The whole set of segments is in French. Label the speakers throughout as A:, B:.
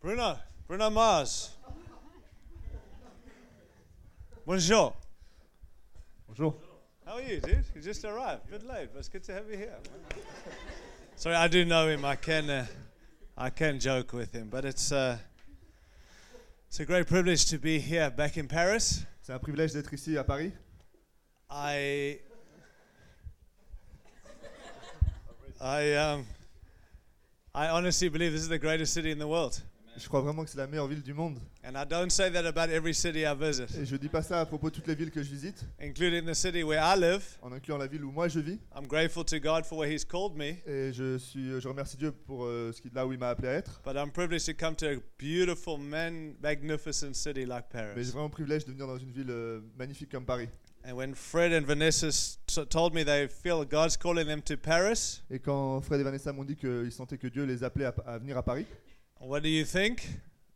A: Bruno, Bruno Mars. Bonjour.
B: Bonjour.
A: How are you, dude? You just arrived, mid late, but it's good to have you here. Sorry, I do know him. I can, uh, I can joke with him, but it's uh, it's a great privilege to be here back in Paris.
B: C'est un privilège d'être ici à Paris.
A: I, I, um, I honestly believe this is the greatest city in the world,
B: Je crois vraiment que c'est la meilleure ville du monde.
A: and I don't say that about every city I visit,
B: Et je dis pas ça à propos de toutes les villes que je visite,
A: including the city where I live.
B: en incluant la ville où moi je vis.
A: I'm grateful to God for where He's called me.
B: Et je, suis, je remercie Dieu pour euh, ce qui, là où il m'a appelé à être.
A: But I'm privileged to come to a beautiful, man, magnificent city like
B: Mais j'ai
A: Paris.
B: vraiment le privilège de venir dans une ville euh, magnifique comme Paris.
A: And when Fred and Vanessa s- t- told me they feel God's calling them to Paris,
B: Et quand Fred et Vanessa m'ont dit qu'ils sentaient que Dieu les appelait à, à venir à Paris,
A: what do you think?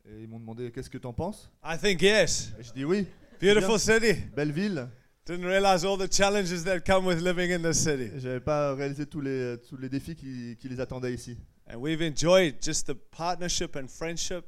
B: et ils m'ont demandé qu'est-ce que t'en penses
A: I think yes.
B: Et je dis oui,
A: Beautiful city.
B: belle ville.
A: Didn't realize all the challenges that come with living in this
B: Et
A: city.
B: J'avais pas réalisé tous les, tous les défis qui, qui les attendaient ici.
A: And we've enjoyed just the partnership and friendship.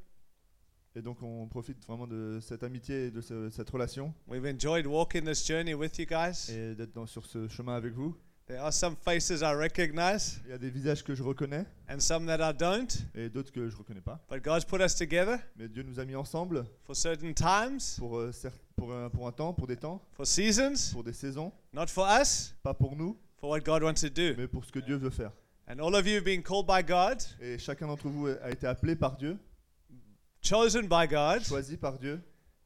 B: Et donc on profite vraiment de cette amitié et de ce- cette relation
A: We've enjoyed walking this journey with you guys.
B: et d'être dans- sur ce chemin avec vous.
A: There are some faces I recognize
B: Il y a des visages que je reconnais
A: and some that I don't.
B: et d'autres que je reconnais pas.
A: But God's put us together
B: Mais Dieu nous a mis ensemble
A: for certain times,
B: pour, euh, cer- pour, un, pour un temps, pour des temps,
A: for seasons,
B: pour des saisons,
A: not for us,
B: pas pour nous,
A: for what God wants to do.
B: mais pour ce que Dieu veut faire.
A: And all of you have been called by God,
B: Et chacun d'entre vous a été appelé par Dieu,
A: chosen by God,
B: choisi par Dieu,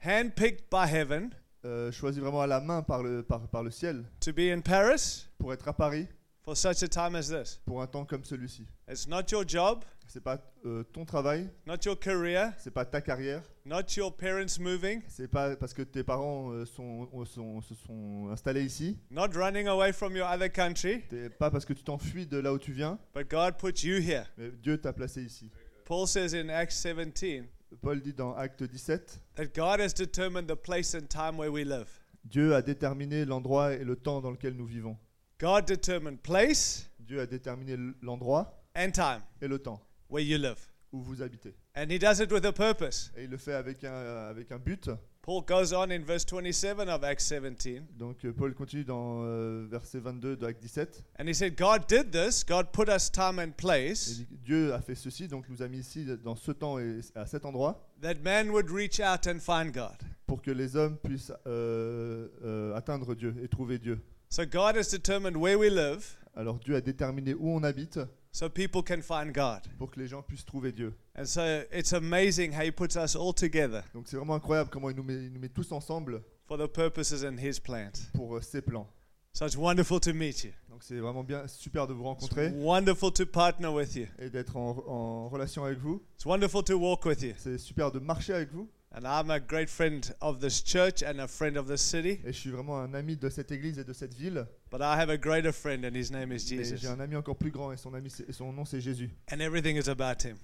A: handpicked by heaven
B: euh, choisi vraiment à la main par le, par, par le ciel
A: to be in Paris
B: pour être à Paris
A: for such a time as this.
B: pour un temps comme celui-ci.
A: It's not your job,
B: C'est pas euh, ton travail,
A: not your career,
B: c'est pas ta carrière,
A: not your parents moving,
B: c'est pas parce que tes parents euh, sont, ont- sont- se sont installés ici,
A: not running away from your other country,
B: c'est pas parce que tu t'enfuis de là où tu viens,
A: but God put you here.
B: mais Dieu t'a placé ici.
A: Paul says in Acts 17
B: Paul dit dans Acte 17,
A: that God has determined the place and time where we live.
B: Dieu a déterminé l'endroit et le temps dans lequel nous vivons.
A: God determined place
B: Dieu a déterminé l- l'endroit
A: and time
B: et le temps
A: where you live.
B: où vous habitez.
A: And he does it with a purpose.
B: Et il le fait avec un, euh, avec un but.
A: Paul goes on in verse 27 of Acts 17
B: Donc euh, Paul continue dans euh, verset 22 de Acte 17.
A: And he said, God did this. God put us time and
B: Il
A: place
B: dit, Dieu a fait ceci, donc nous a mis ici dans ce temps et à cet endroit
A: that man would reach out and find God.
B: pour que les hommes puissent euh, euh, atteindre Dieu et trouver Dieu.
A: So God has determined where we live
B: Alors Dieu a déterminé où on habite
A: so people can find God.
B: pour que les gens puissent trouver Dieu.
A: And so it's amazing how he puts us all together
B: Donc c'est vraiment incroyable comment il nous met, il nous met tous ensemble
A: for the purposes and his plans.
B: pour euh, ses plans.
A: So it's wonderful to meet you.
B: Donc c'est vraiment bien, super de vous
A: It's
B: rencontrer.
A: wonderful to partner with you.
B: et d'être en, en relation avec vous.
A: It's wonderful to walk with you.
B: C'est super de marcher avec vous.
A: And I'm a great friend of this church and a friend of this city,
B: Et je suis vraiment un ami de cette église et de cette ville.
A: but I have a greater friend and his name is
B: Mais
A: Jesus.
B: j'ai un ami encore plus grand et son, ami, c'est- et son nom c'est Jésus.
A: And everything is about him.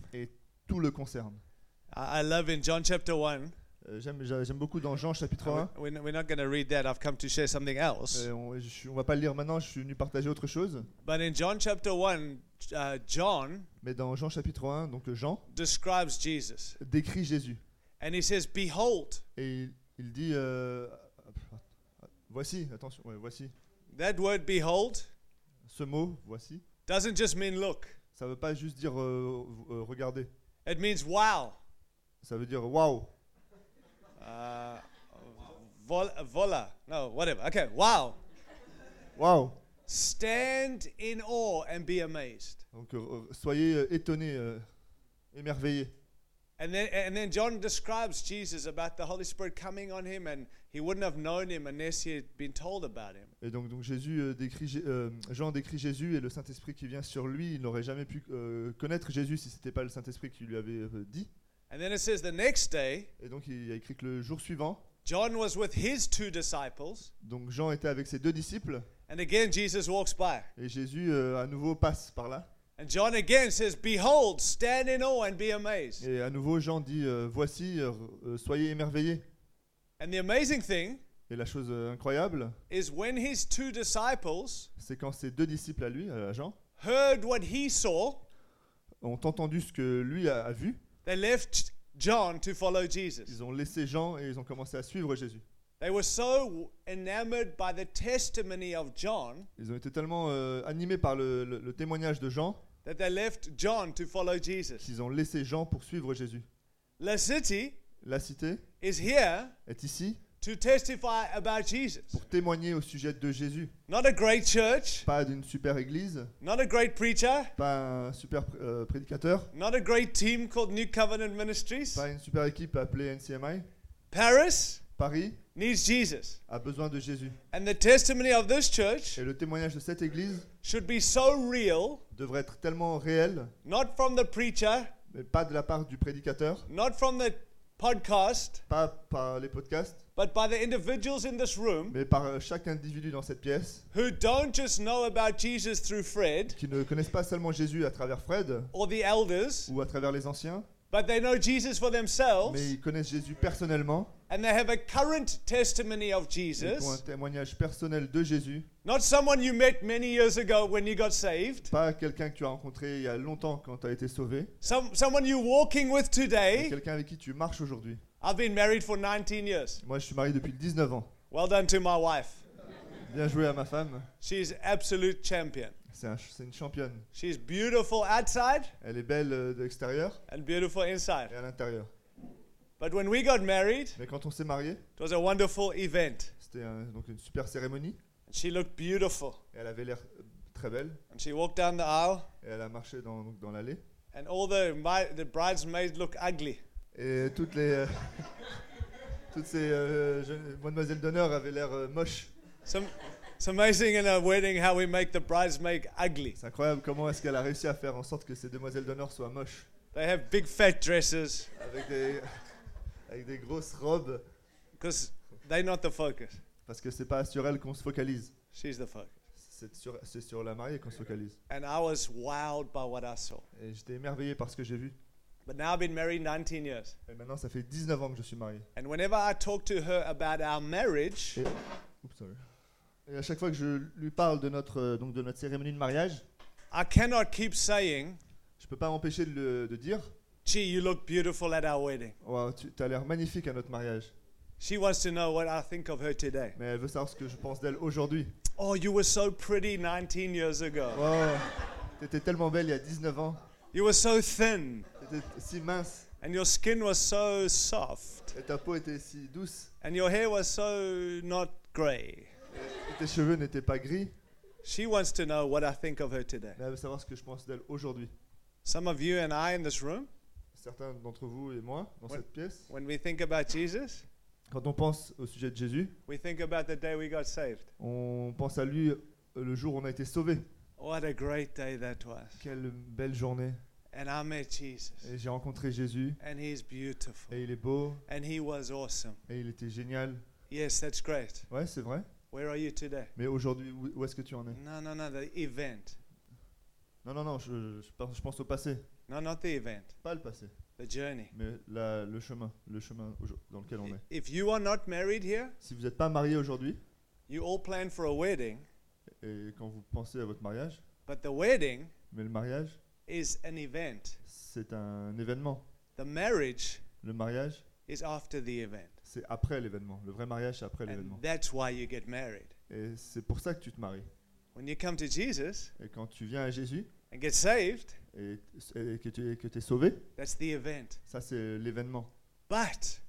B: Tout le concerne.
A: I I love in John chapter 1,
B: Euh, J'aime j'a- j'aime beaucoup dans Jean chapitre 1.
A: We're, we're not going to read that. I've come to share something else.
B: Euh, on, je suis- on va pas le lire maintenant, je suis venu partager autre chose.
A: But in John chapter 1, uh, John
B: Mais dans Jean chapitre 1, donc Jean
A: describes Jesus.
B: décrit Jésus.
A: And he says, Behold,
B: Et il, il dit... euh, voici, attention, ouais, voici.
A: that word behold
B: Ce mot, voici,
A: doesn't just mean look,
B: ça veut pas juste dire euh, euh, regardez.
A: it means wow.
B: Ça veut dire waouh.
A: Uh, vol- vola. No, whatever. Okay, wow.
B: Waouh.
A: Stand in awe and be amazed.
B: Donc euh, euh, soyez euh, étonnés, euh, émerveillés.
A: And then, and then John describes Jesus about the Holy Spirit coming on him, and he wouldn't have known him unless he had been told about him.
B: Et donc, donc Jésus euh, décrit, Jé- euh, Jean décrit Jésus et le Saint-Esprit qui vient sur lui. Il n'aurait jamais pu euh, connaître Jésus si c'était pas le Saint-Esprit qui lui avait euh, dit.
A: And then it says, the next day,
B: Et donc il a écrit que le jour suivant,
A: John was with his two disciples,
B: donc Jean était avec ses deux disciples
A: and again Jesus walks by.
B: et Jésus euh, à nouveau passe par là.
A: And John again says, Behold, stand in awe and be amazed.
B: Et à nouveau Jean dit euh, Voici, euh, euh, soyez émerveillés.
A: And the amazing thing
B: Et la chose euh, incroyable,
A: is when his two disciples
B: c'est quand ses deux disciples à lui, euh, à Jean,
A: heard what he saw,
B: ont entendu ce que lui a- a vu,
A: they left John to follow Jesus.
B: Ils ont laissé Jean et ils ont commencé à suivre Jésus.
A: They were so enamored by the testimony of John
B: Ils ont été tellement euh, animés par le, le- le témoignage de Jean
A: that they left John to follow Jesus.
B: qu'ils ont laissé Jean pour suivre Jésus.
A: La City
B: La cité
A: is here
B: est ici
A: to testify about Jesus.
B: pour témoigner au sujet de Jésus.
A: Not a great church,
B: Pas d'une super église,
A: not a great preacher,
B: pas un super euh, prédicateur,
A: not a great team called New Covenant Ministries.
B: pas une super équipe appelée NCMI.
A: Paris
B: Paris
A: needs Jesus.
B: a besoin de Jésus.
A: And the testimony of this church
B: Et le témoignage de cette église
A: should be so real,
B: devrait être tellement réel,
A: not from the preacher,
B: mais pas de la part du prédicateur,
A: not from the podcast,
B: pas par les podcasts,
A: but by the individuals in this room
B: mais par euh, chaque individu dans cette pièce
A: who don't just know about Jesus through Fred
B: qui ne connaissent pas seulement Jésus à travers Fred
A: or the elders,
B: ou à travers les anciens,
A: but they know Jesus for
B: mais
A: themselves
B: ils connaissent Jésus personnellement,
A: and they have a current testimony of
B: et ils ont un
A: Jesus,
B: témoignage personnel de Jésus,
A: not someone you met many years ago when you got saved,
B: pas quelqu'un que tu as rencontré il y a longtemps quand tu as été sauvé,
A: some, someone you're walking with
B: mais
A: today.
B: quelqu'un avec qui tu marches aujourd'hui.
A: I've been married for 19 years.
B: Moi, je suis marié depuis 19 ans.
A: Well done to my wife.
B: Bien joué à ma femme,
A: She's absolute champion.
B: c'est un ch- c'est une championne.
A: She's beautiful outside
B: Elle est belle euh, de l'extérieur
A: and beautiful inside.
B: et à l'intérieur.
A: But when we got married,
B: Mais quand on s'est marié,
A: it was a wonderful event.
B: c'était un- donc une super cérémonie.
A: She looked beautiful.
B: Et elle avait l'air euh, très belle.
A: And she walked down the aisle,
B: Et elle a marché dans, donc dans l'allée.
A: and all the, my, the bridesmaids look ugly.
B: Et toutes les. euh, toutes ces euh, jeunes- mademoiselles d'honneur avaient l'air euh, moches.
A: Some, it's amazing in a wedding how we make the bridesmaid ugly.
B: C'est incroyable comment est-ce qu'elle a réussi à faire en sorte que ces demoiselles d'honneur soient moches.
A: They have big fat dresses
B: Avec des, avec des grosses robes.
A: because they're not the focus.
B: Parce que c'est pas sur elle qu'on se focalise.
A: She's the focus.
B: C'est sur, c'est sur la mariée qu'on se focalise.
A: And I was wowed by what I saw.
B: Et j'étais émerveillé par ce que j'ai vu.
A: But now I've been married 19 years.
B: Et maintenant, ça fait 19 ans que je suis marié.
A: And whenever I talk to her about our marriage,
B: Et, Oups, sorry. Et à chaque fois que je lui parle de notre, euh, donc de notre cérémonie de mariage,
A: I cannot keep saying,
B: je peux pas m'empêcher de, le- de dire
A: gee, you look beautiful at our wedding.
B: Wow, tu as l'air magnifique à notre mariage.
A: She wants to know what I think of her today.
B: Mais elle veut savoir ce que je pense d'elle aujourd'hui.
A: Oh, you were so pretty 19 years ago.
B: Wow, Oh, t'étais tellement belle il y a 19 ans.
A: You were so thin,
B: T'étais si mince.
A: and your skin was so soft,
B: Et ta peau était si douce.
A: and your hair was so not grey.
B: Et tes cheveux n'étaient pas gris.
A: She wants to know what I think of her today.
B: Mais elle veut savoir ce que je pense d'elle aujourd'hui.
A: Some of you and I in this room,
B: Certains d'entre vous et moi, dans
A: Ouais.
B: cette pièce,
A: when we think about Jesus,
B: quand on pense au sujet de Jésus,
A: we think about the day we got saved.
B: on pense à lui euh, le jour où on a été sauvé.
A: What a great day that was.
B: Quelle belle journée.
A: And I met Jesus,
B: Et j'ai rencontré Jésus.
A: and he's beautiful,
B: Et il est beau.
A: and he was awesome.
B: Et il était génial.
A: Yes, that's great.
B: Ouais, c'est vrai.
A: Where are you today?
B: Mais aujourd'hui, où où est-ce que tu en es
A: No, no, no, the event.
B: Non, non, non, je, je pense, je pense au passé.
A: No, not the event,
B: Pas le passé,
A: the journey.
B: mais la- le chemin, le chemin au- dans lequel on est.
A: If you are not married here,
B: Si vous n'êtes pas marié aujourd'hui,
A: you all plan for a wedding,
B: et quand vous pensez à votre mariage,
A: but the wedding
B: mais le mariage,
A: is an event.
B: c'est un événement.
A: The marriage
B: Le mariage,
A: is after the event.
B: c'est après l'événement. Le vrai mariage, c'est après
A: And
B: l'événement.
A: that's why you get married.
B: Et c'est pour ça que tu te maries.
A: When you come to Jesus
B: Et quand tu viens à Jésus
A: and get saved,
B: et, et que tu et que es sauvé,
A: that's the event.
B: ça c'est l'événement.
A: But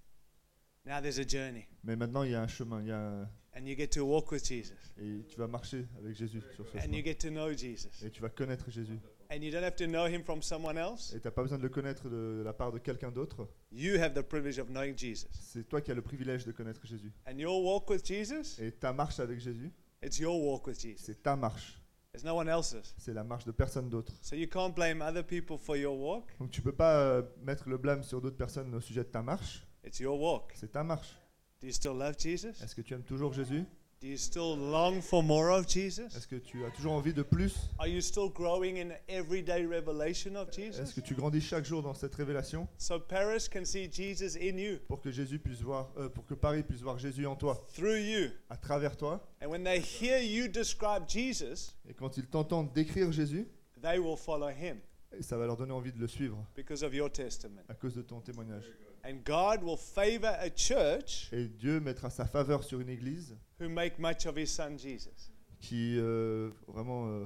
A: now there's a journey,
B: Mais maintenant, il y a un chemin. Il y a un-
A: and you get to walk with Jesus,
B: et tu vas marcher avec Jésus sur ce
A: and you
B: chemin.
A: get to know Jesus,
B: Et tu vas connaître Jésus.
A: and you don't have to know him from someone else.
B: Et tu n'as pas besoin de le connaître de, de la part de quelqu'un d'autre.
A: You have the privilege of knowing Jesus,
B: C'est toi qui as le privilège de connaître Jésus.
A: and your walk with Jesus,
B: Et ta marche avec Jésus,
A: it's your walk with Jesus.
B: c'est ta marche.
A: It's no one else's.
B: C'est la marche de personne d'autre.
A: So you can't blame other people for your walk.
B: Donc tu peux pas euh, mettre le blâme sur d'autres personnes au sujet de ta marche.
A: It's your walk.
B: C'est ta marche.
A: Do you still love Jesus?
B: Est-ce que tu aimes toujours Jésus
A: Do you still long for more of Jesus?
B: Est-ce que tu as toujours envie de plus
A: Are you still growing in everyday revelation of
B: Est-ce
A: Jesus?
B: que tu grandis chaque jour dans cette révélation
A: So Paris can see Jesus in you,
B: pour que Jésus puisse voir, euh, pour que Paris puisse voir Jésus en toi,
A: through you.
B: à travers toi.
A: And when they hear you describe Jesus,
B: Et quand ils t'entendent décrire Jésus,
A: they will follow him.
B: Et ça va leur donner envie de le suivre
A: because of your testament.
B: à cause de ton témoignage.
A: And God will favor a church
B: Et Dieu mettra sa faveur sur une église
A: who make much of his son Jesus,
B: qui euh, vraiment euh,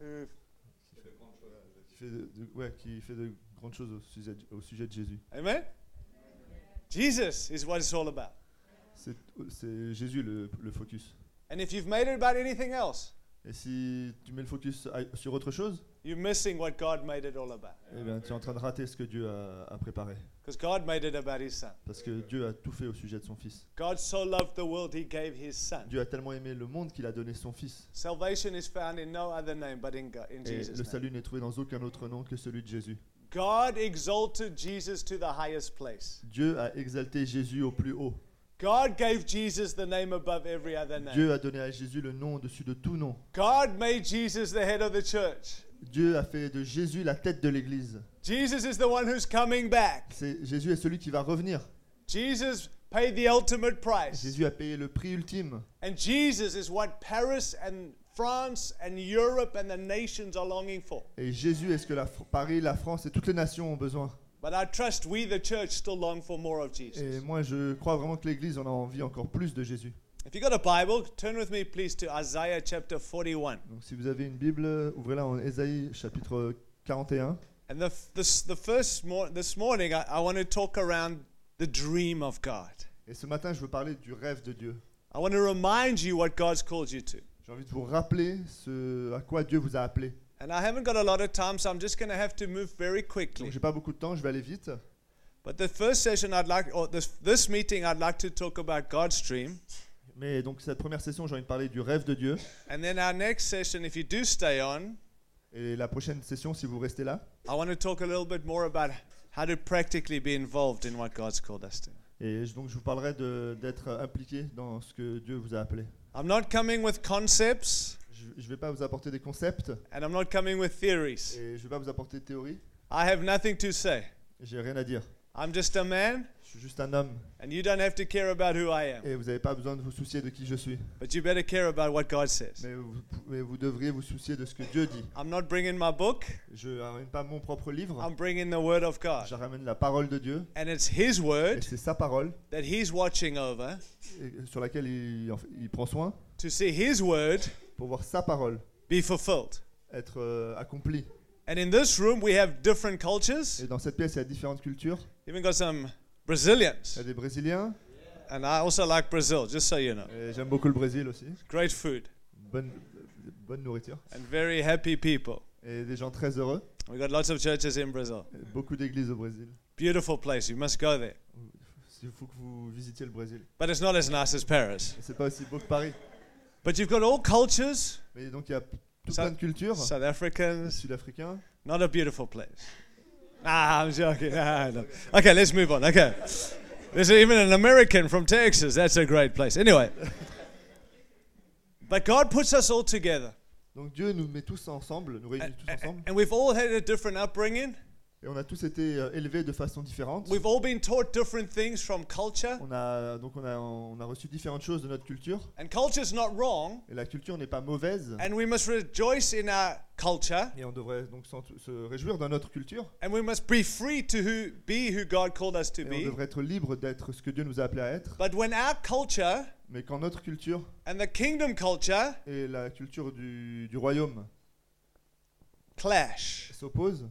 A: who,
B: qui, fait de, de- ouais, qui fait de grandes choses au sujet de, au sujet de Jésus.
A: amen? Jesus is what it's all about.
B: C'est c'est Jésus le, le focus.
A: And if you've made it about anything else,
B: Et si tu mets le focus a- sur autre chose,
A: you're missing what God made it all about.
B: eh bien, tu es en train de rater ce que Dieu a, a préparé.
A: Because God made it about his son.
B: Parce que Dieu a tout fait au sujet de son Fils.
A: God so loved the world, he gave his son.
B: Dieu a tellement aimé le monde qu'il a donné son Fils.
A: Salvation is found in no other name but in, God, in
B: Et
A: Jesus.
B: le
A: name.
B: salut n'est trouvé dans aucun autre nom que celui de Jésus.
A: God exalted Jesus to the highest place.
B: Dieu a exalté Jésus au plus haut.
A: God gave Jesus the name above every other name.
B: Dieu a donné à Jésus le nom au-dessus de tout nom.
A: God made Jesus the head of the church.
B: Dieu a fait de Jésus la tête de l'Église.
A: Jesus is the one who's coming back.
B: C'est- Jésus est celui qui va revenir.
A: Jesus paid the ultimate price.
B: Jésus a payé le prix ultime.
A: And Jesus is what Paris and France and Europe and the nations are longing for.
B: Et Jésus est ce que la Fr- Paris, la France et toutes les nations ont besoin.
A: But I trust we, the church, still long for more of
B: Et
A: Jesus.
B: moi, je crois vraiment que l'Église en a envie encore plus de Jésus.
A: If you got a Bible, turn with me, please, to Isaiah chapter 41.
B: Donc si vous avez une Bible, ouvrez-la en Ésaïe chapitre 41.
A: And the, f- this, the first mor- this morning, I, I want to talk around the dream of God.
B: Et ce matin, je veux parler du rêve de Dieu.
A: I want to remind you what God's called you to.
B: J'ai envie de vous rappeler ce à quoi Dieu vous a appelé.
A: And I haven't got a lot of time, so I'm just going to have to move very
B: Donc
A: quickly.
B: j'ai pas beaucoup de temps, je vais aller vite.
A: But the first session I'd like, or this, this meeting, I'd like to talk about God's dream.
B: Mais donc cette première session, j'ai envie de parler du rêve de Dieu.
A: And then our next session, if you do stay on,
B: Et la prochaine session, si vous restez là,
A: I want to talk a little bit more about how to practically be involved in what God's called us to.
B: et je- donc je vous parlerai de- d'être impliqué dans ce que Dieu vous a appelé.
A: I'm not coming with concepts
B: Je ne vais pas vous apporter des concepts
A: and I'm not coming with theories.
B: et je vais pas vous apporter de théories.
A: I have nothing to say.
B: J'ai rien à dire.
A: I'm just a man,
B: Je suis juste un homme
A: and you don't have to care about who I am.
B: et vous n'avez pas besoin de vous soucier de qui je suis.
A: But you better care about what God says.
B: Mais vous, mais vous devriez vous soucier de ce que Dieu dit.
A: I'm not bringing my book,
B: Je ne ramène pas mon propre livre,
A: I'm bringing the Word of God.
B: je ramène la parole de Dieu.
A: And it's His
B: Et
A: Word
B: c'est sa parole
A: that He's watching over
B: et- sur laquelle il, en fait, il prend soin
A: to see His Word
B: pour voir sa parole
A: be fulfilled.
B: être euh, accomplie.
A: And in this room, we have different cultures,
B: Et dans cette pièce, il y a différentes cultures.
A: even got some
B: Il y
A: Brazilians.
B: a des Brésiliens,
A: And I also like Brazil, just so you know.
B: et j'aime beaucoup le Brésil aussi.
A: Great food
B: Bonne, bonne nourriture.
A: and very happy people.
B: Et des gens très heureux.
A: We got lots of churches in Brazil.
B: Et Beaucoup d'églises au Brésil.
A: Beautiful place, you must go there.
B: Il faut que vous visitiez le Brésil.
A: But it's not as nice as Paris.
B: Et C'est pas aussi beau que Paris.
A: But you've got all cultures,
B: Mais donc il y a p- tout
A: Ça-
B: plein de cultures.
A: South Africans,
B: Sud-africains.
A: Not a beautiful place. Ah, I'm joking. Ah, no. Okay, let's move on. Okay. There's even an American from Texas. That's a great place. Anyway. But God puts us all together.
B: Donc Dieu nous met tous ensemble, nous
A: Eh,
B: réunit tous ensemble.
A: And we've all had a different upbringing.
B: Et on a tous été euh, élevés de façon différente.
A: We've all been taught different things from culture.
B: On a, donc on a, on a reçu différentes choses de notre culture.
A: And culture's not wrong.
B: Et la culture n'est pas mauvaise.
A: And we must rejoice in our culture.
B: Et on devrait donc s'en- se réjouir dans notre culture.
A: And we must be free to who, be who God called us to
B: Et on
A: be.
B: devrait être libre d'être ce que Dieu nous a appelé à être.
A: But when our culture
B: Mais quand notre culture
A: and the kingdom culture
B: et la culture du, du royaume
A: clash,
B: s'opposent,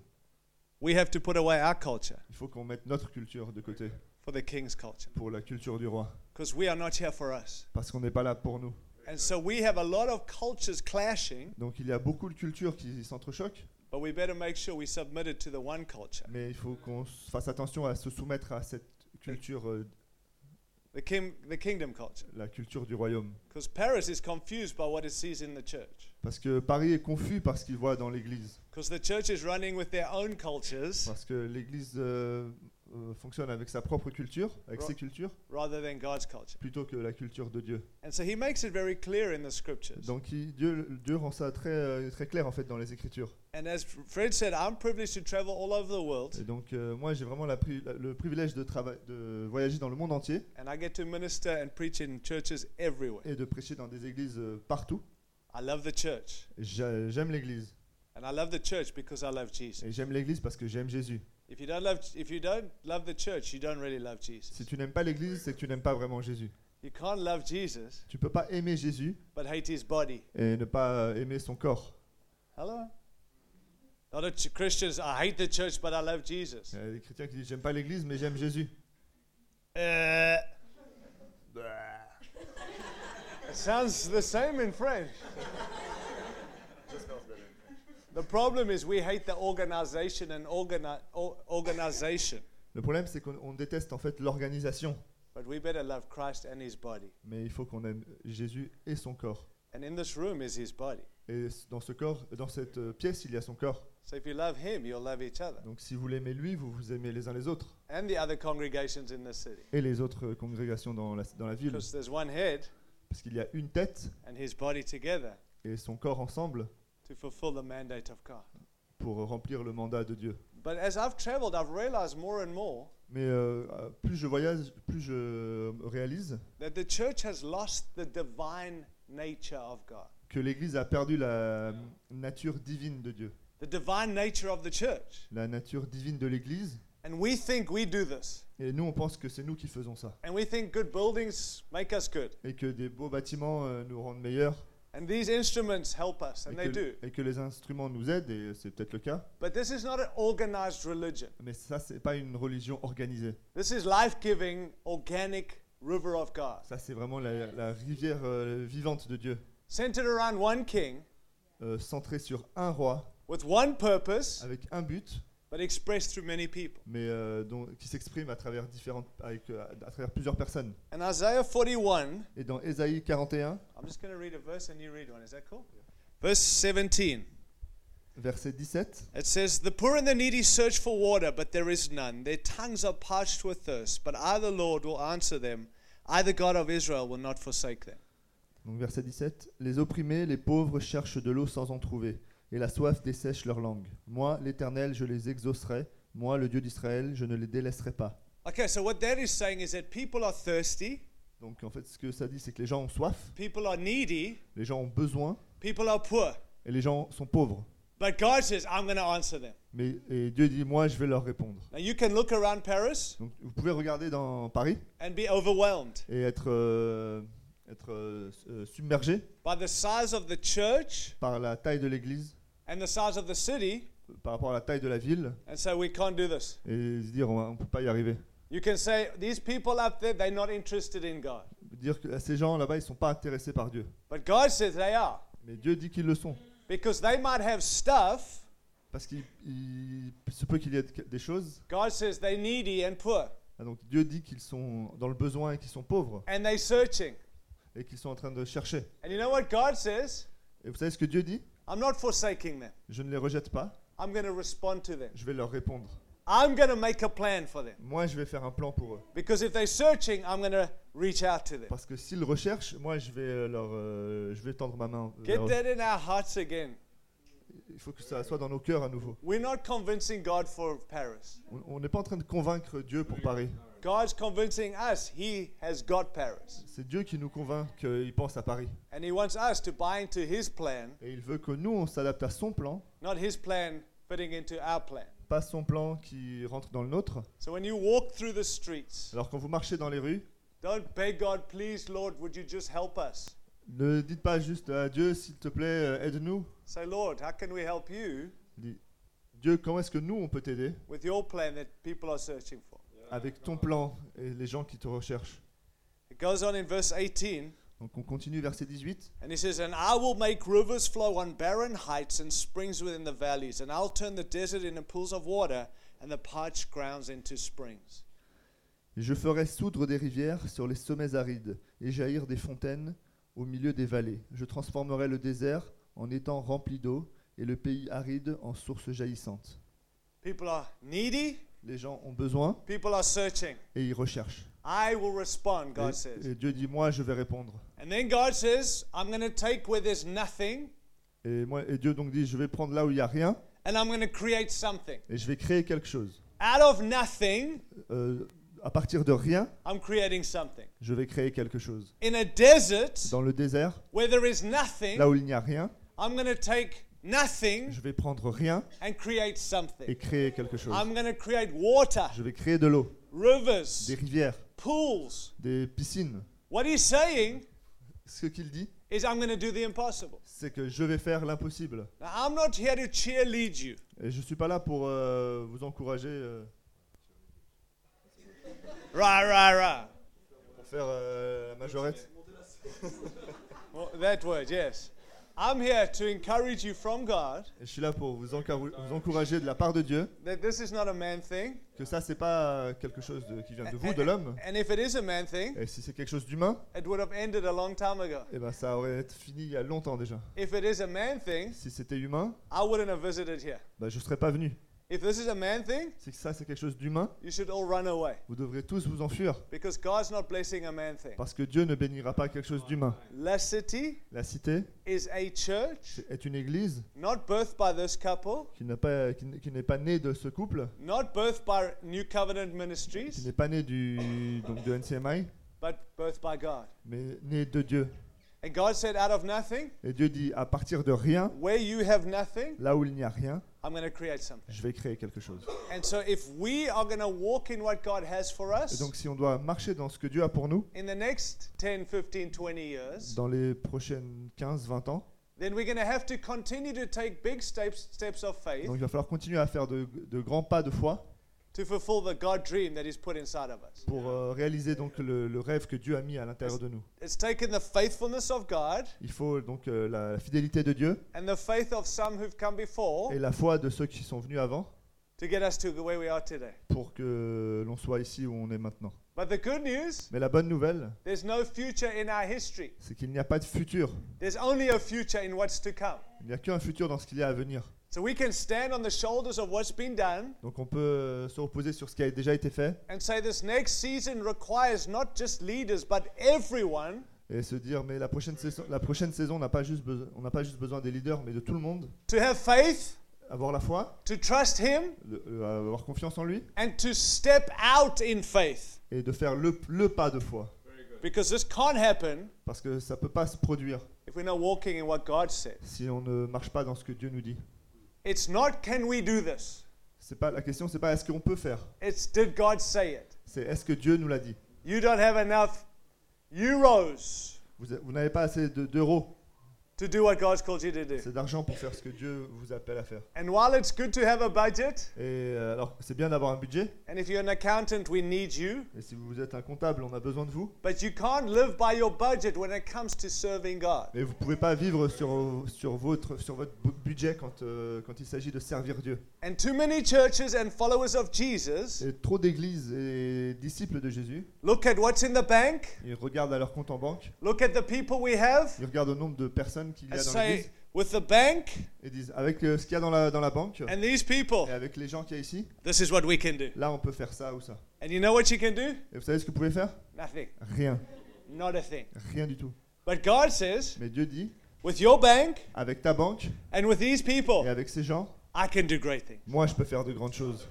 A: we have to put away our culture.
B: il faut qu'on mette notre culture de côté
A: for the king's culture
B: pour la culture du roi.
A: because we are not here for us.
B: Parce qu'on n'est pas là pour nous.
A: And so we have a lot of cultures clashing,
B: Donc il y a beaucoup de cultures qui s'entrechoquent.
A: but we better make sure we submit it to the one culture.
B: Mais il faut qu'on s- fasse attention à se soumettre à cette culture, euh,
A: The, king, the kingdom culture.
B: la culture du royaume.
A: Because Paris is confused by what it sees in the church.
B: Parce que Paris est confus par ce qu'il voit dans l'église.
A: Because the church is running with their own cultures
B: Parce que l'église euh, euh, fonctionne avec sa propre culture, avec
A: Ro-
B: ses cultures,
A: rather than God's culture.
B: plutôt que la culture de Dieu.
A: And so he makes it very clear in the scriptures.
B: Donc il- Dieu, Dieu rend ça très, euh, très clair en fait dans les écritures.
A: And as Fred said, I'm privileged to travel all over the
B: Et
A: world
B: donc euh, moi j'ai vraiment la pri- la- le privilège de, trava- de voyager dans le monde entier
A: and I get to minister and preach in churches everywhere.
B: et de prêcher dans des églises euh, partout.
A: I love the church.
B: J'a- J'aime l'église.
A: And I love the church because I love Jesus.
B: Et j'aime l'église parce que j'aime Jésus.
A: If you don't love, if you don't love the church, you don't really love
B: Si
A: Jesus.
B: tu n'aimes pas l'église, c'est que tu n'aimes pas vraiment Jésus.
A: You can't love Jesus
B: Tu peux pas aimer Jésus
A: but hate his body.
B: et ne pas euh, aimer son corps.
A: Hello. A lot of ch- Christians, I hate the church but I love Jesus.
B: Il y a des chrétiens qui disent j'aime pas l'église mais j'aime Jésus.
A: Uh, it sounds the same in French. The problem is we hate the organization and organi- o- organization,
B: Le problème c'est qu'on on déteste en fait l'organisation,
A: but we better love Christ and His body.
B: mais il faut qu'on aime Jésus et son corps.
A: And in this room is His body.
B: Et c- dans ce corps, dans cette euh, pièce, il y a son corps.
A: So if you love Him, you'll love each other
B: Donc si vous l'aimez lui, vous vous aimez les uns les autres
A: and the other congregations in this city,
B: et les autres euh, congrégations dans la, dans la ville,
A: because there's one head
B: parce qu'il y a une tête
A: and His body together
B: et son corps ensemble
A: to fulfill the mandate of God.
B: pour euh, remplir le mandat de Dieu.
A: But as I've traveled, I've realized more and more
B: Mais euh, euh, plus je voyage, plus je euh, réalise
A: that the church has lost the divine nature of God.
B: que l'Église a perdu la euh, nature divine de Dieu,
A: The divine nature of the church.
B: la nature divine de l'Église.
A: And we think we do this.
B: Et nous, on pense que c'est nous qui faisons ça,
A: And we think good buildings make us good.
B: et que des beaux bâtiments euh, nous rendent meilleurs,
A: And these instruments help us,
B: et
A: and they do.
B: que, et que les instruments nous aident, et c'est peut-être le cas.
A: But this is not an organized religion.
B: Mais ça, c'est pas une religion organisée.
A: This is life giving, organic river of God,
B: Ça, c'est vraiment la, la rivière euh, vivante de Dieu,
A: centered around one king
B: euh, centrée sur un roi,
A: with one purpose,
B: avec un but,
A: but expressed through many people.
B: mais euh, dont- qui s'exprime à travers différentes, avec, euh, à travers plusieurs personnes.
A: And Isaiah 41,
B: Et dans Ésaïe 41,
A: I'm just going to read a verse and you read one. Is that cool? Verse 17.
B: verset 17,
A: It says, The poor and the needy search for water, but there is none. Their tongues are parched with thirst, but I, the Lord, will answer them. I, the God of Israel, will not forsake them.
B: donc verset 17, les opprimés, les pauvres cherchent de l'eau sans en trouver, et la soif dessèche leur langue. Moi, l'Éternel, je les exaucerai. Moi, le Dieu d'Israël, je ne les délaisserai pas.
A: Okay, so what that is saying is that people are thirsty,
B: Donc en fait, ce que ça dit, c'est que les gens ont soif,
A: people are needy,
B: les gens ont besoin,
A: people are poor.
B: et les gens sont pauvres.
A: But God says, I'm going to answer them.
B: Mais et Dieu dit, moi, je vais leur répondre.
A: Now you can look around Paris
B: Donc vous pouvez regarder dans Paris
A: and be overwhelmed
B: et être, euh, être euh, s- euh, submergé
A: by the size of the church
B: par la taille de l'église,
A: and the size of the city
B: euh, par rapport à la taille de la ville,
A: and say, We can't do this.
B: et se dire on ne peut pas y arriver.
A: You can say, These people up there, they're not interested in God.
B: Dire que ces gens là-bas, ils ne sont pas intéressés par Dieu.
A: But God says they are
B: Mais Dieu dit qu'ils le sont.
A: because they might have stuff.
B: Parce qu'il il se peut qu'il y ait des choses.
A: God says they're needy and poor,
B: Ah, donc Dieu dit qu'ils sont dans le besoin et qu'ils sont pauvres
A: and they're searching.
B: et qu'ils sont en train de chercher.
A: And you know what God says?
B: Et vous savez ce que Dieu dit
A: I'm not forsaking them.
B: Je ne les rejette pas,
A: I'm going to respond to them.
B: je vais leur répondre.
A: I'm going to make a plan for them.
B: Moi, je vais faire un plan pour eux.
A: Because if they're searching, I'm going to reach out to them.
B: Parce que s'ils recherchent, moi, je vais, euh, leur, euh, je vais tendre ma main. vers
A: Get
B: eux.
A: that in our hearts again.
B: Il faut que ça soit dans nos cœurs à nouveau.
A: We're not convincing God for Paris.
B: On- On n'est pas en train de convaincre Dieu pour Paris.
A: God's convincing us He has got Paris.
B: C'est Dieu qui nous convainc qu'il pense à Paris.
A: And He wants us to buy into His plan,
B: Et il veut que nous, on s'adapte à son plan,
A: not His plan fitting into our plan.
B: pas son plan qui rentre dans le nôtre.
A: So when you walk through the streets,
B: Alors quand vous marchez dans les rues,
A: don't beg God, please, Lord, would you just help us?
B: ne dites pas juste à Dieu, s'il te plaît, euh, aide-nous.
A: Say, Lord, how can we help you
B: Dis, Dieu, comment est-ce que nous, on peut t'aider
A: with your plan that people are searching for?
B: avec ton plan et les gens qui te recherchent
A: It goes on in verse 18,
B: Donc on continue verset 18.
A: and he says, And I will make rivers flow on barren heights and springs within the valleys, and I'll turn the desert into pools of water and the parched grounds into springs.
B: Je ferai soudre des rivières sur les sommets arides et jaillir des fontaines au milieu des vallées. Je transformerai le désert en étang rempli d'eau et le pays aride en source jaillissante.
A: People are needy,
B: Les gens ont besoin
A: people are searching.
B: et ils recherchent.
A: I will respond, God
B: Et,
A: says.
B: et Dieu dit moi je vais répondre.
A: And then God says, I'm going to take where there's nothing
B: Et, moi, et Dieu donc dit je vais prendre là où il n'y a rien
A: and I'm going to create something.
B: et je vais créer quelque chose.
A: Out of nothing,
B: Euh, à partir de rien,
A: I'm creating something.
B: je vais créer quelque chose.
A: In a desert
B: Dans le désert,
A: where there is nothing,
B: là où il n'y a rien,
A: I'm going to take nothing
B: Je vais prendre rien
A: and create
B: et
A: something.
B: créer quelque chose.
A: I'm going to create water,
B: Je vais créer de l'eau, des
A: rivers,
B: rivières,
A: pools.
B: des piscines.
A: What he's saying
B: Ce qu'il dit,
A: is, I'm going to do the impossible.
B: c'est que je vais faire l'impossible.
A: Now, I'm not here to cheerlead you.
B: Et je ne suis pas là pour euh, vous encourager, euh,
A: Rah, rah, rah.
B: pour faire euh, la majorette.
A: Well, that word, yes. I'm here to encourage you from God
B: Je suis là pour vous, encar- vous encourager de la part de Dieu,
A: that this is not a man thing.
B: que ça, c'est pas euh, quelque chose de- qui vient de vous, de l'homme.
A: And if it is a man thing,
B: Et si c'est quelque chose d'humain,
A: it would have ended a long time ago.
B: eh ben, ça aurait été fini il y a longtemps déjà.
A: If it is a man thing,
B: Si c'était humain,
A: I wouldn't have visited here.
B: ben, je ne serais pas venu.
A: If this is a man thing,
B: Si ça, c'est quelque chose d'humain,
A: you should all run away
B: vous devrez tous vous enfuir.
A: because God's not blessing a man thing.
B: Parce que Dieu ne bénira pas quelque chose d'humain.
A: La City
B: La cité
A: is a church
B: est une église
A: not birthed by this couple,
B: qui n'a pas- qui n- qui n'est pas, née de ce couple,
A: not birthed by New Covenant
B: qui
A: Ministries,
B: n'est pas née du, donc de NCMI,
A: but birthed by God.
B: mais née de Dieu.
A: And God said, out of nothing,
B: Et Dieu dit, à partir de rien,
A: where you have nothing,
B: là où il n'y a rien,
A: I'm going to create something.
B: je vais créer quelque chose.
A: And so, if we are going to walk in what God has for
B: Et
A: us
B: donc si on doit marcher dans ce que Dieu a pour nous,
A: in the next 10, 15, 20 years,
B: dans les prochaines 15-20 ans,
A: then we're going to have to continue to take big steps, steps of faith
B: donc il va falloir continuer à faire de, de grands pas de foi
A: to fulfill the God dream that He's put inside of us.
B: pour euh, réaliser donc le, le rêve que Dieu a mis à l'intérieur de nous.
A: It's taken the faithfulness of God
B: Il faut donc euh, la fidélité de Dieu
A: and the faith of some who've come
B: et
A: before
B: la foi de ceux qui sont venus avant
A: to get us to where we are today.
B: pour que l'on soit ici où on est maintenant.
A: But the good news,
B: Mais la bonne nouvelle,
A: there's no future in our history.
B: c'est qu'il n'y a pas de futur.
A: There's only a future in what's to come.
B: Il n'y a qu'un futur dans ce qu'il y a à venir.
A: So we can stand on the shoulders of what's been done
B: Donc on peut euh, se reposer sur ce qui a déjà été fait
A: and say this next season requires not just leaders, but everyone
B: et se dire mais la prochaine saison, la prochaine saison, on n'a pas juste besoin, on n'a pas juste besoin des leaders, mais de tout le monde.
A: to have faith,
B: Avoir la foi,
A: to trust Him,
B: le- le- avoir confiance en lui
A: and to step out in faith.
B: et de faire le, le pas de foi,
A: Because this can't happen
B: parce que ça peut pas se produire
A: if we're not walking in what God said.
B: si on ne marche pas dans ce que Dieu nous dit.
A: It's not can we do this?
B: C'est pas la question, c'est pas est-ce qu'on peut faire,
A: It's did God say it?
B: c'est est-ce que Dieu nous l'a dit.
A: You don't have enough euros
B: Vous, a- vous n'avez pas assez de- d'euros,
A: to do what God's called you to do.
B: c'est d'argent pour faire ce que Dieu vous appelle à faire.
A: And while it's good to have a budget,
B: Et euh, alors c'est bien d'avoir un budget,
A: and if you're an accountant, we need you,
B: Et si vous êtes un comptable, on a besoin de vous.
A: but you can't live by your budget when it comes to serving God.
B: Mais vous ne pouvez pas vivre sur, sur, votre, sur votre bu- budget quand, euh, quand il s'agit de servir Dieu.
A: And too many churches and followers of Jesus
B: Et trop d'églises et disciples de Jésus,
A: look at what's in the bank,
B: ils regardent à leur compte en banque,
A: look at the people we have,
B: ils regardent au nombre de personnes qu'il y
A: and
B: a dans
A: say,
B: l'église,
A: with the bank
B: et disent avec euh, ce qu'il y a dans la, dans la banque, et
A: and these people,
B: avec les gens qu'il y a ici,
A: this is what we can do.
B: là on peut faire ça ou ça.
A: And you know what you can do?
B: Et vous savez ce que vous pouvez faire
A: Nothing.
B: Rien.
A: Not a thing.
B: Rien du tout.
A: But God says,
B: Mais Dieu dit,
A: with your bank
B: avec ta banque
A: and with these
B: et
A: people,
B: avec ces gens,
A: I can do great things.
B: moi je peux faire de grandes choses.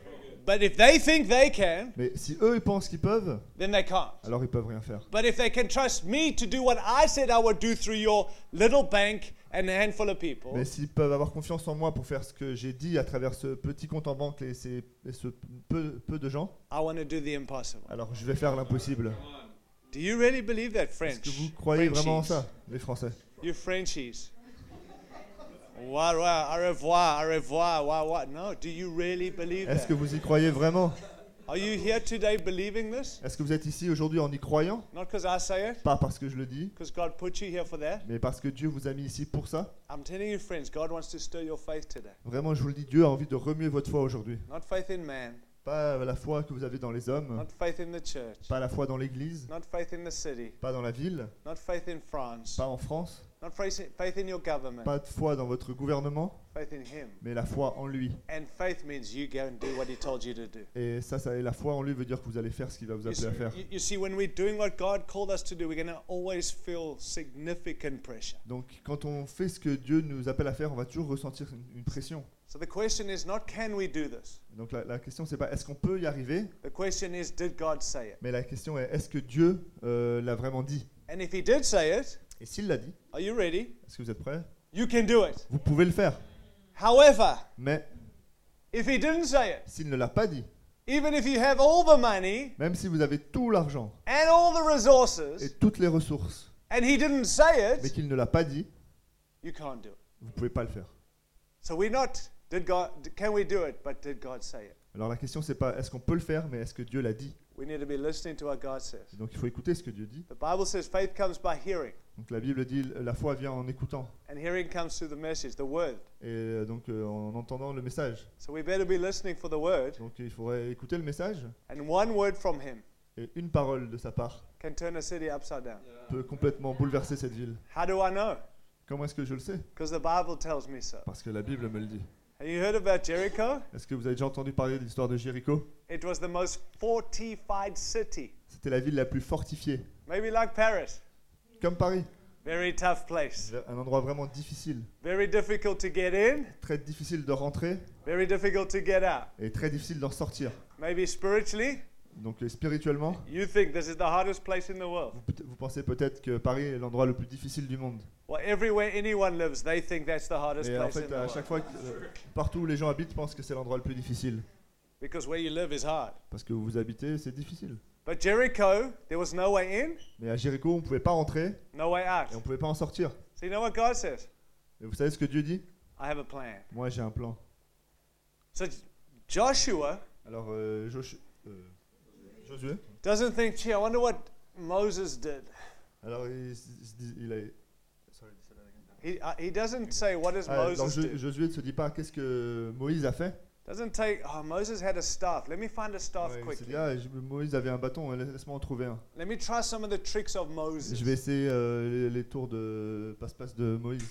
A: But if they think they can,
B: Mais si eux ils pensent qu'ils peuvent,
A: then they can't.
B: alors ils peuvent rien faire.
A: But if they can trust me to do what I said I would do through your little bank and a handful of people,
B: Mais s'ils peuvent avoir confiance en moi pour faire ce que j'ai dit à travers ce petit compte en banque et, ces- et ce peu, peu de gens,
A: I want to do the impossible.
B: alors je vais faire l'impossible.
A: Do you really believe that,
B: Est-ce
A: French?
B: que vous croyez vraiment en
A: Frenchies.
B: ça, les Français
A: You Frenchies. Wah, wah, au revoir, au revoir, wah, wah. No, do you really believe
B: Est-ce que
A: that?
B: vous y croyez vraiment
A: Are you here today believing this?
B: Est-ce que vous êtes ici aujourd'hui en y croyant
A: Not because I say it,
B: Pas parce que je le dis,
A: because God put you here for that.
B: mais parce que Dieu vous a mis ici pour ça.
A: I'm telling you, friends, God wants to stir your faith today.
B: Vraiment, je vous le dis, Dieu a envie de remuer votre foi aujourd'hui.
A: Not faith in man,
B: Pas la foi que vous avez dans les hommes,
A: not faith in the church,
B: pas la foi dans l'église,
A: not faith in the city,
B: pas dans la ville,
A: not faith in France,
B: pas en France,
A: not faith faith in your government,
B: pas de foi dans votre gouvernement,
A: faith in Him.
B: mais la foi en lui.
A: And faith means you go and do what He told you to do.
B: Et ça, ça, et la foi en lui veut dire que vous allez faire ce qu'il va vous
A: You
B: appeler
A: see,
B: à faire.
A: you- you see, when we're doing what God called us to do, we're going to always feel significant pressure.
B: Donc, quand on fait ce que Dieu nous appelle à faire, on va toujours ressentir une, une pression.
A: So the question is not can we do this?
B: Donc, la, la question, c'est pas est-ce qu'on peut y arriver,
A: The question is did God say it?
B: mais la question est est-ce que Dieu euh, l'a vraiment dit
A: And if He did say it,
B: Et s'il l'a dit,
A: are you ready?
B: est-ce que vous êtes prêts
A: You can do it.
B: Vous pouvez le faire.
A: However,
B: Mais
A: if he didn't say it,
B: s'il ne l'a pas dit,
A: even if you have all the money
B: même si vous avez tout l'argent
A: and all the
B: et
A: resources,
B: toutes les ressources,
A: and he didn't say
B: mais
A: it,
B: qu'il ne l'a pas dit,
A: you can't do it.
B: vous ne pouvez pas le faire.
A: So we're not, did God, can we do it, but did God say it?
B: Alors la question, c'est pas est-ce qu'on peut le faire, mais est-ce que Dieu l'a dit
A: We need to be listening to what God says.
B: Donc il faut écouter ce que Dieu dit.
A: The Bible says faith comes by hearing,
B: Donc la Bible dit la foi vient en écoutant
A: and hearing comes through the message, the word.
B: et euh, donc euh, en entendant le message.
A: So we better be listening for the word,
B: Donc il faudrait écouter le message
A: and one word from him
B: et une parole de sa part
A: can turn a city upside down.
B: peut complètement bouleverser cette ville.
A: How do I know?
B: Comment est-ce que je le sais
A: Because the Bible tells me so.
B: Parce que la Bible me le dit.
A: Have you heard about Jericho?
B: Est-ce que vous avez déjà entendu parler de l'histoire de Jéricho
A: It was the most fortified city,
B: C'était la ville la plus fortifiée,
A: maybe like Paris.
B: comme Paris.
A: Very tough place.
B: Un endroit vraiment difficile,
A: Very difficult to get in,
B: très difficile de rentrer
A: very difficult to get out.
B: et très difficile d'en sortir.
A: Maybe spiritually,
B: Donc euh, spirituellement,
A: you think this is the hardest place in the world.
B: vous, peut- vous pensez peut-être que Paris est l'endroit le plus difficile du monde.
A: Well, everywhere anyone lives, they think that's the hardest
B: Et en
A: place in
B: fait,
A: the
B: à
A: world.
B: chaque fois, que- euh, partout où les gens habitent, pensent que c'est l'endroit le plus difficile.
A: Because where you live is hard.
B: Parce que où vous habitez, c'est difficile.
A: But Jericho, there was no way in,
B: Mais à Jéricho, on ne pouvait pas rentrer
A: no way out.
B: et on ne pouvait pas en sortir.
A: So you know what God says?
B: Et vous savez ce que Dieu dit
A: I have a plan.
B: Moi, j'ai un plan.
A: So J- Joshua
B: Alors, euh, Josh- euh, Josué
A: doesn't think, gee, I wonder what Moses did.
B: Alors, il, s- il se dit- il a... Sorry, say that again.
A: He, uh, he doesn't say, what does
B: Ah, alors,
A: Moses
B: Jo-
A: do?
B: Josué ne se dit pas qu'est-ce que Moïse a fait.
A: Doesn't take, oh, Moses had a staff. Let me find a staff
B: Ouais, il se
A: quickly.
B: dit ah, je- Moïse avait un bâton, hein, laisse-moi en trouver un.
A: Let me try some of the tricks of Moses.
B: Je vais essayer euh, les, les tours de passe-passe de Moïse.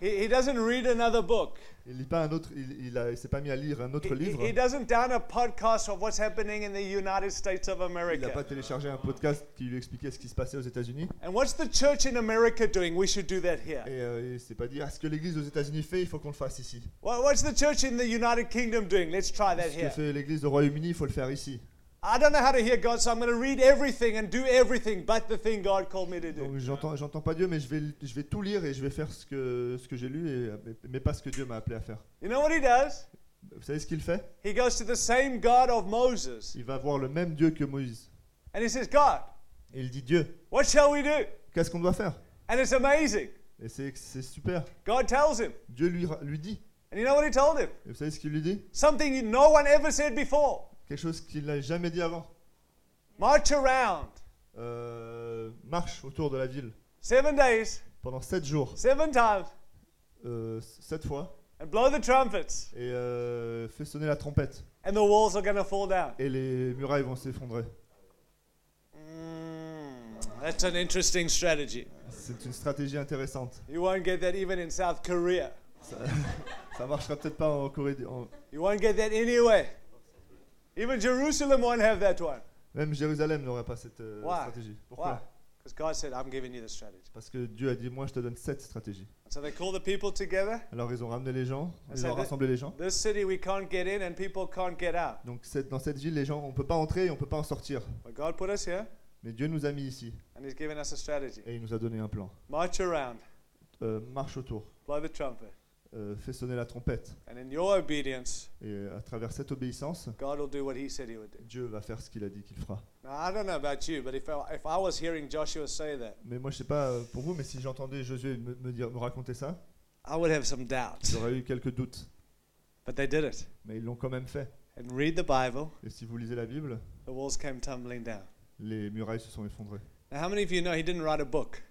A: He, he doesn't read another book.
B: Il lit pas un autre, il, il, a- il s'est pas mis à lire un autre
A: He, he-
B: livre.
A: he doesn't down a podcast of what's happening in the United States of
B: Il n'a
A: America.
B: pas téléchargé un podcast qui lui expliquait ce qui se passait aux États-Unis.
A: And what's the church in America doing? We should do that here.
B: Et euh, il s'est pas dit, ah, ce que l'Église aux États-Unis fait, il faut qu'on le fasse ici.
A: What, what's the church in the United Kingdom doing? Let's try that
B: Ce que
A: here.
B: fait l'Église au Royaume-Uni, il faut le faire ici.
A: I don't know how to hear God, so I'm going to read everything and do everything but the thing God called me to do.
B: Donc j'entends, j'entends pas Dieu, mais je vais, je vais tout lire et je vais faire ce que, ce que j'ai lu, et, mais, mais pas ce que Dieu m'a appelé à faire.
A: You know what he does?
B: Vous savez ce qu'il fait
A: He goes to the same God of Moses
B: Il va voir le même Dieu que Moïse.
A: and he says, God,
B: Et il dit, Dieu,
A: what shall we do?
B: qu'est-ce qu'on doit faire
A: And it's amazing.
B: Et c'est, c'est super.
A: God tells him.
B: Dieu lui, lui dit.
A: And you know what he told him?
B: Et vous savez ce qu'il lui dit
A: Something you- no one ever said before.
B: Quelque chose qu'il n'a jamais dit avant.
A: March around.
B: Euh, marche autour de la ville
A: Seven days,
B: pendant sept jours,
A: seven times,
B: euh, sept fois.
A: and blow the trumpets,
B: et euh, fait sonner la trompette.
A: and the walls are going to fall down.
B: Et les murailles vont s'effondrer.
A: Mm, that's an interesting strategy.
B: C'est une stratégie intéressante.
A: You won't get that even in South Korea.
B: Ça, ça marchera peut-être pas en Corée. du- en-
A: You won't get that anyway. Even Jerusalem won't have that one.
B: Même Jérusalem n'aurait pas cette euh,
A: Why?
B: stratégie. Pourquoi
A: Why? Because God said, I'm giving you the strategy.
B: Parce que Dieu a dit Moi, je te donne cette stratégie.
A: So they call the people together.
B: Alors, ils ont ramené les gens, ils
A: Ça
B: ont
A: va-
B: rassemblé les gens.
A: This city we can't get in, and people can't get out.
B: Donc, cette- dans cette ville, les gens, on peut pas entrer et on peut pas en sortir.
A: But God put us here,
B: Mais Dieu nous a mis ici
A: and He's given us a strategy.
B: et il nous a donné un plan.
A: March around,
B: Euh, marche autour,
A: blow the trumpet,
B: euh, fais sonner la trompette.
A: and in your obedience,
B: Et euh, à travers cette obéissance,
A: God will do what He said He would do.
B: Dieu va faire ce qu'il a dit qu'il fera.
A: Now, I don't know about you, but if I, if I was hearing Joshua say that,
B: Mais moi, je sais pas euh, pour vous, mais si j'entendais Josué me, me dire, me raconter ça,
A: I would have some doubts.
B: j'aurais eu quelques doutes.
A: But they did it.
B: Mais ils l'ont quand même fait.
A: And read the Bible,
B: Et si vous lisez la Bible,
A: the walls came tumbling down.
B: les murailles se sont effondrées.
A: Now, how many of you know he didn't write a book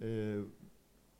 B: Et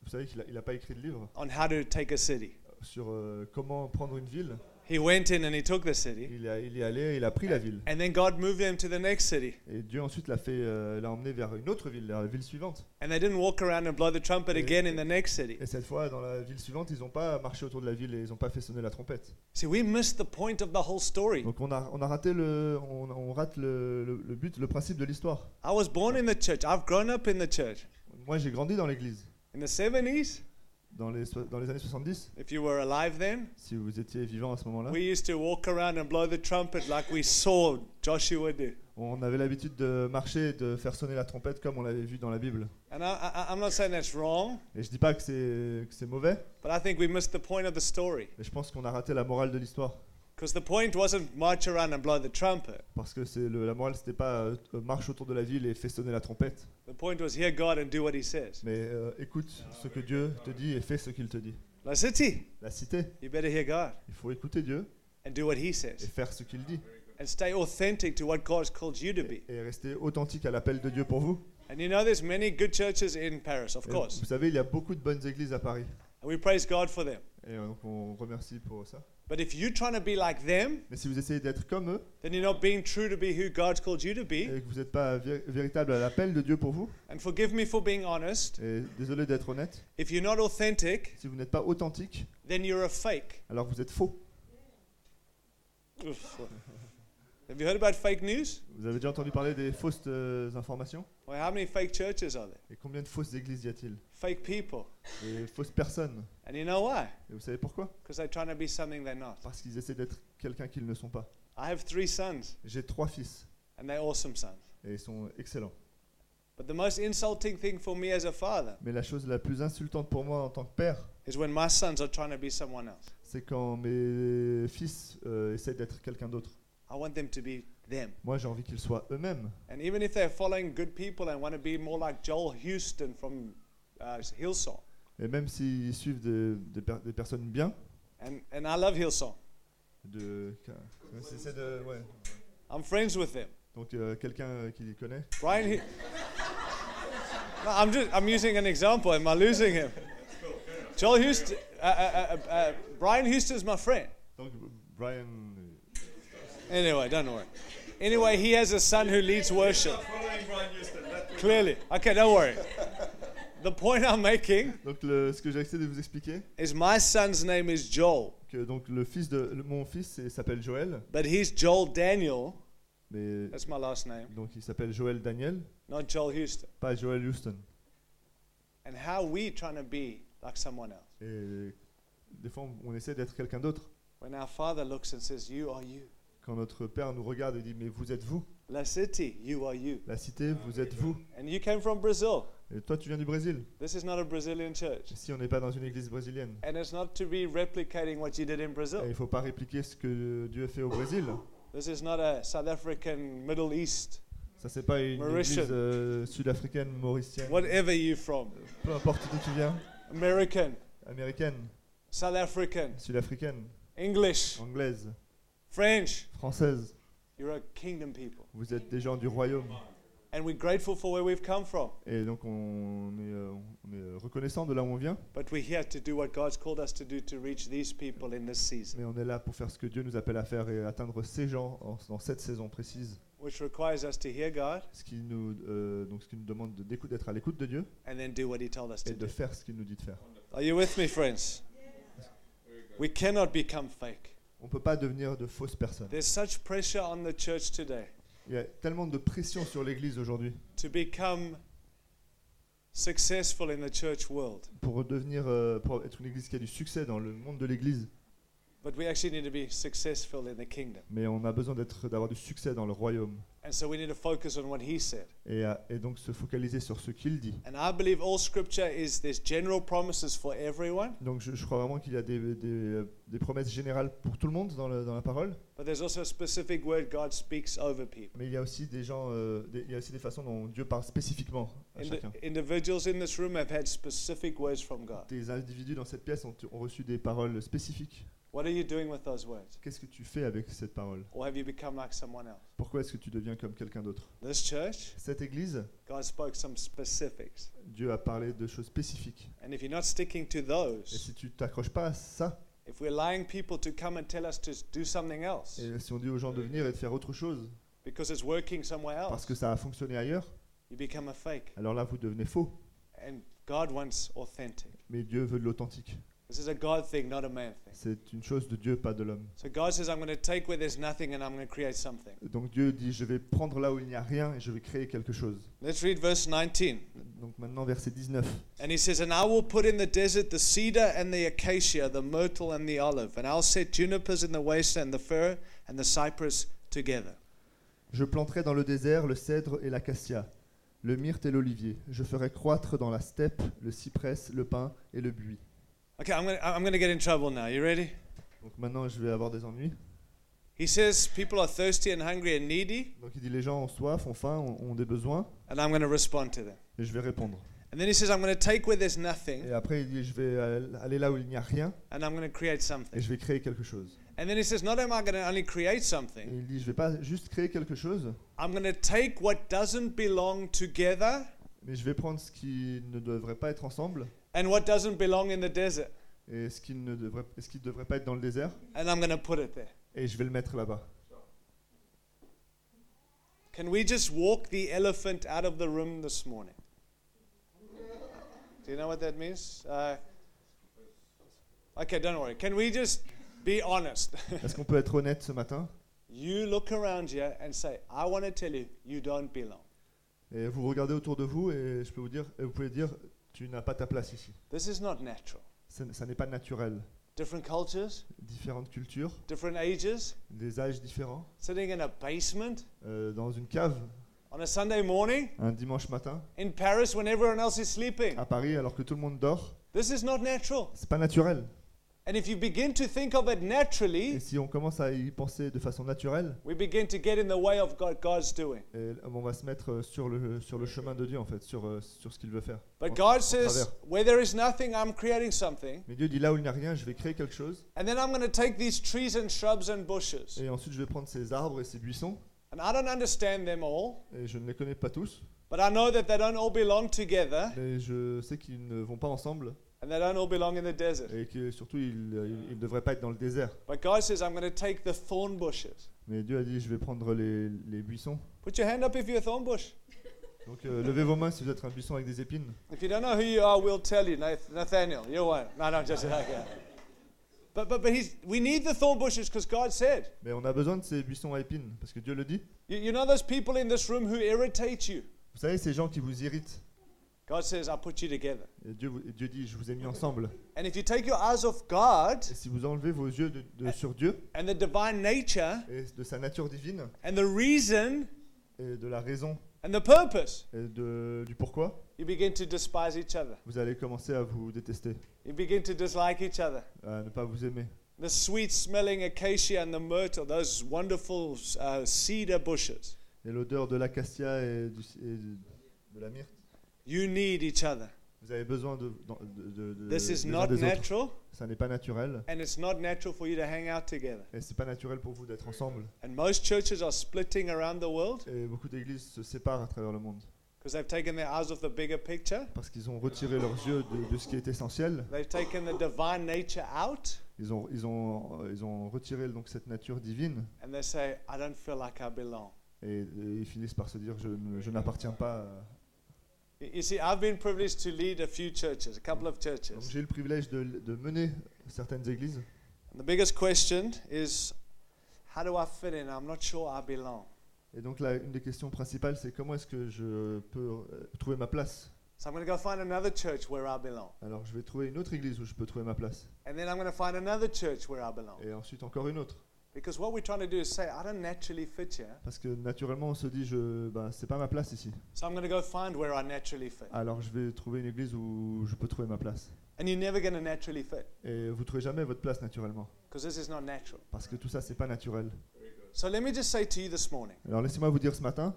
B: vous savez qu'il n'a pas écrit de livre
A: on how to take a city?
B: sur euh, comment prendre une ville.
A: He went in and he took the city,
B: Il, a- il y est allé, il a pris la ville.
A: and then God moved them to the next city.
B: Et Dieu ensuite l'a fait, euh, l'a emmené vers une autre ville, la ville suivante.
A: And they didn't walk around and blow the trumpet
B: Yeah.
A: again in the next city.
B: Et cette fois, dans la ville suivante, ils n'ont pas marché autour de la ville et ils n'ont pas fait sonner la trompette.
A: See, we missed the point of the whole story.
B: Donc on a, on a raté le, on, on rate le- le- le but, le principe de l'histoire.
A: I was born in the church. I've grown up in the church.
B: Moi, j'ai grandi dans l'Église.
A: In the 70s,
B: Dans les, so- dans les années 70,
A: if you were alive then,
B: si vous étiez vivant à ce moment-là,
A: we used to walk around and blow the trumpet like we saw Joshua do.
B: on avait l'habitude de marcher et de faire sonner la trompette comme on l'avait vu dans la Bible.
A: And I, I, I'm not saying that's wrong,
B: Et je dis pas que c'est que c'est mauvais,
A: but I think we missed the point of the story.
B: mais je pense qu'on a raté la morale de l'histoire.
A: Because the point wasn't march around and blow the trumpet.
B: Parce que c'est le- la morale, c'était pas euh, marche autour de la ville et fais sonner la trompette,
A: The point was hear God and do what He says.
B: mais euh, écoute ce que Dieu te dit et fais ce qu'il te dit.
A: La City,
B: La cité,
A: you better hear God
B: il faut écouter Dieu
A: and do what He
B: et
A: says.
B: faire ce qu'il dit.
A: And stay authentic to what God's called you to be.
B: Et, et rester authentique à l'appel de Dieu pour vous.
A: And you know, there's many good churches in Paris, of
B: Et
A: course.
B: vous savez, il y a beaucoup de bonnes églises à Paris.
A: And we praise God for them.
B: Et euh, donc on remercie pour ça.
A: But if you're trying to be like them,
B: Mais si vous essayez d'être comme eux
A: then you're not being true to be who God's called you to be.
B: et que vous n'êtes pas vé- véritable à l'appel de Dieu pour vous,
A: And forgive me for being honest.
B: et désolé d'être honnête,
A: If you're not authentic,
B: si vous n'êtes pas authentique,
A: then you're a fake.
B: alors vous êtes faux.
A: Oof. Have you heard about fake news?
B: Vous avez déjà entendu parler des fausses euh, informations
A: Well, how many fake churches are there?
B: Et combien de fausses églises y a-t-il
A: Fake people.
B: Et fausses personnes
A: And you know why?
B: Et vous savez pourquoi
A: Because they're trying to be something they're not.
B: Parce qu'ils essaient d'être quelqu'un qu'ils ne sont pas.
A: I have three sons,
B: J'ai trois fils
A: and they're awesome sons.
B: et ils sont excellents.
A: But the most insulting thing for me as a father
B: Mais la chose la plus insultante pour moi en tant que père,
A: is when my sons are trying to be someone else.
B: c'est quand mes fils euh, essaient d'être quelqu'un d'autre.
A: I want them to be them.
B: Moi, j'ai envie qu'ils soient eux-mêmes.
A: And even if they're following good people and want to be more like Joel Houston from uh, Hillsong,
B: Et même s'ils suivent des, des per- des personnes bien,
A: and, and I love Hillsong,
B: de, c'est- c'est de- ouais.
A: I'm friends with them.
B: donc euh, quelqu'un euh, qui les connaît.
A: Brian, Hu- no, I'm just I'm using an example. Am I losing him? Joel Houston, uh, uh, uh, uh, Brian Houston's my friend.
B: Donc Brian, euh,
A: Anyway, don't worry. Anyway, he has a son who leads worship. Clearly. Okay, don't worry. The point I'm making
B: Donc le- ce que j'ai essayé de vous expliquer,
A: is my son's name is Joel,
B: que donc le fils de le- mon fils c'est- s'appelle Joël,
A: but he's Joel Daniel.
B: mais
A: That's my last name,
B: donc il s'appelle Joël Daniel,
A: not Joel Houston.
B: pas Joël Houston.
A: And how we trying to be like someone else
B: Et des fois on, on essaie d'être quelqu'un d'autre.
A: when our father looks and says, "You are you."
B: Quand notre père nous regarde et dit mais vous êtes vous,
A: La City, you are you.
B: la cité vous êtes vous.
A: And you came from Brazil.
B: Et toi tu viens du Brésil.
A: This is not a Brazilian church.
B: Si on n'est pas dans une église brésilienne,
A: And it's not to be replicating what you did in
B: et
A: Brazil.
B: il faut pas répliquer ce que Dieu fait au Brésil.
A: This is not a South African, Middle East,
B: Ça c'est pas une
A: Mauritius.
B: église euh, sud-africaine, mauricienne,
A: whatever you from.
B: peu importe d'où tu viens,
A: American,
B: américaine,
A: South African,
B: sud-africaine,
A: English,
B: anglaise,
A: French.
B: française.
A: You're a kingdom people.
B: Vous êtes des gens du royaume.
A: And we're grateful for where we've come from.
B: Et donc on est, euh, on est reconnaissant de là où on vient,
A: But we're here to do what God's called us to do to reach these people in this season,
B: mais on est là pour faire ce que Dieu nous appelle à faire et atteindre ces gens en- dans cette saison précise.
A: which requires us to hear God
B: Ce qui nous, euh, donc ce qui nous demande de- d'écou- d'être à l'écoute de Dieu
A: and then do what He told us
B: et
A: to
B: de
A: do.
B: faire ce qu'il nous dit de faire.
A: Are you with me, friends? We cannot become fake.
B: On ne peut pas devenir de fausses personnes.
A: There's such pressure on the church today
B: Il y a tellement de pression sur l'Église aujourd'hui
A: to become successful in the church world,
B: pour, devenir, euh, pour être une Église qui a du succès dans le monde de l'Église,
A: but we actually need to be successful in the kingdom.
B: mais on a besoin d'être- d'avoir du succès dans le royaume
A: And so we need to focus on what He said.
B: et, à- et donc se focaliser sur ce qu'il dit.
A: And I believe all scripture is there's general promises for everyone,
B: Donc je, je crois vraiment qu'il y a des, des, euh, des promesses générales pour tout le monde dans, le- dans la parole,
A: but there's also a specific word God speaks over people.
B: mais il y a aussi des gens, euh, des- il y a aussi des façons dont Dieu parle spécifiquement à
A: Indi-
B: chacun.
A: individuals in this room have had specific words from God.
B: Des individus dans cette pièce ont, ont reçu des paroles spécifiques.
A: What are you doing with those words?
B: Qu'est-ce que tu fais avec cette parole
A: Or have you become like someone else?
B: Pourquoi est-ce que tu deviens comme quelqu'un d'autre
A: This church,
B: Cette église,
A: God spoke some specifics.
B: Dieu a parlé de choses spécifiques.
A: And if you're not sticking to
B: Et
A: those,
B: si tu t'accroches pas à ça,
A: if we're allowing people to come and tell us to do something else
B: et si on dit aux gens de venir et de faire autre chose
A: because it's working somewhere
B: parce
A: else,
B: que ça a fonctionné ailleurs,
A: you become a fake.
B: alors là vous devenez faux.
A: And God wants authentic.
B: Mais Dieu veut de l'authentique.
A: This is a God thing, not a man thing.
B: C'est une chose de Dieu, pas de l'homme.
A: So God says, I'm going to take where there's nothing and I'm going to create something.
B: Donc Dieu dit, je vais prendre là où il n'y a rien et je vais créer quelque chose.
A: Let's read verse 19.
B: Donc maintenant verset 19.
A: And he says, And I will put in the desert the cedar and the acacia, the myrtle and the olive, and I'll set junipers in the wasteland, the fir and the cypress together.
B: Je planterai dans le désert le cèdre et l'acacia, le myrte et l'olivier. Je ferai croître dans la steppe le cyprès, le pin et le buis.
A: Okay, I'm going to I'm going to get in trouble now. You ready?
B: Donc maintenant, je vais avoir des ennuis.
A: He says people are thirsty and hungry and needy,
B: Donc il dit les gens ont soif, ont faim, ont, ont des besoins,
A: and I'm going to respond to them.
B: et je vais répondre.
A: And then he says I'm going to take where there's nothing
B: Et après, il dit je vais euh, aller là où il n'y a rien,
A: and I'm going to create
B: et
A: something.
B: je vais créer quelque chose.
A: And then he says not am I going to only create
B: Et
A: something,
B: il dit je vais pas juste créer quelque chose,
A: I'm going to take what doesn't belong together
B: mais je vais prendre ce qui ne devrait pas être ensemble,
A: and what doesn't belong in the desert
B: et ce qui ne devrait, et ce qui devrait pas être dans le désert,
A: and I'm going to put it there.
B: et je vais le mettre là-bas.
A: Can we just walk the elephant out of the room this morning? Do you know what that means? Uh, okay, don't worry. Can we just be honest?
B: Est-ce qu'on peut être honnête ce matin
A: you look around here and say, I want to tell you, you don't belong.
B: Et vous regardez autour de vous, et je peux vous dire, et vous pouvez dire tu n'as pas ta place ici.
A: This is not natural.
B: Ça ça n'est pas naturel.
A: Different cultures,
B: Différentes cultures,
A: different ages,
B: des âges différents,
A: sitting in a basement
B: euh, dans une cave
A: on a Sunday morning
B: un dimanche matin
A: in Paris when everyone else is sleeping.
B: à Paris alors que tout le monde dort.
A: This is not natural.
B: C'est pas naturel.
A: And if you begin to think of it naturally,
B: Et si on commence à y penser de façon naturelle,
A: we begin to get in the way of God, God's doing.
B: et on va se mettre euh, sur le, sur le chemin de Dieu en fait, sur, euh, sur ce qu'il veut faire.
A: But
B: En-
A: God
B: en
A: says,
B: travers.
A: where there is nothing, I'm creating something.
B: Mais Dieu dit là où il n'y a rien, je vais créer quelque chose,
A: And then I'm going to take these trees and shrubs and bushes.
B: et ensuite je vais prendre ces arbres et ces buissons,
A: And I don't understand them all,
B: et je ne les connais pas tous,
A: but I know that they don't all belong together
B: mais je sais qu'ils ne vont pas ensemble,
A: and they don't all belong in the desert.
B: et que surtout ils euh, ils- ils ne devraient pas être dans le désert.
A: But God says, I'm going to take the thorn bushes.
B: Mais Dieu a dit je vais prendre les, les buissons.
A: Put your hand up if you're a thorn bush.
B: Donc euh, levez vos mains si vous êtes un buisson avec des épines.
A: If you don't know who you are, we'll tell you. Nath- Nathaniel, you're one. No, no, just okay. But, but, but he's, we need the thorn bushes because God said,
B: Mais on a besoin de ces buissons à épines, parce que Dieu le dit.
A: you, you know those people in this room who irritate you?
B: Vous savez, ces gens qui vous irritent,
A: God says, I put you together.
B: et Dieu, vous- et Dieu dit, je vous ai mis ensemble.
A: And if you take your eyes off God
B: Et si vous enlevez vos yeux de- de- sur Dieu,
A: and the divine nature
B: et de sa nature divine,
A: and the reason
B: et de la raison,
A: and the purpose,
B: et de, du pourquoi,
A: you begin to despise each other.
B: vous allez commencer à vous détester,
A: You begin to dislike each other.
B: à ne pas vous aimer.
A: The sweet smelling acacia and the myrtle, those wonderful uh, cedar bushes,
B: Et l'odeur de l'acacia et, du- et de de la myrte,
A: you need each other.
B: vous avez besoin de, dans- de- de- de-
A: This is
B: des uns
A: Mm, not
B: des autres.
A: natural,
B: Ça n'est pas naturel,
A: and it's not natural for you to hang out together.
B: et c'est pas naturel pour vous d'être ensemble.
A: And most churches are splitting around the world
B: Et beaucoup d'églises se séparent à travers le monde,
A: because they've taken their eyes off the bigger picture,
B: parce qu'ils ont retiré leurs yeux de- de ce qui est essentiel,
A: they've taken the divine nature out,
B: Ils ont, ils ont, ils ont retiré donc cette nature divine
A: and they say, I don't feel like I belong.
B: et, et ils finissent par se dire je, ne- je n'appartiens pas. à-
A: Y- You see, I've been privileged to lead a few churches, a couple of
B: Donc
A: churches.
B: j'ai le privilège de, de mener certaines églises
A: And the biggest question is, how do I fit in? I'm not sure I belong.
B: et donc là une des questions principales c'est comment est-ce que je peux euh, trouver ma place.
A: So I'm going to go find another church where I belong.
B: Alors je vais trouver une autre église où je peux trouver ma place
A: And then I'm going to find another church where I belong.
B: et ensuite encore une autre
A: Because what we're trying to do is say, I don't naturally fit here,
B: parce que naturellement on se dit je ben, c'est pas ma place ici.
A: so I'm going to go find where I naturally fit.
B: Alors je vais trouver une église où je peux trouver ma place
A: And you're never going to naturally fit
B: et vous trouvez jamais votre place naturellement
A: because this is not natural.
B: parce que tout ça c'est pas naturel.
A: So let me just say to you this morning
B: Alors laissez-moi vous dire ce matin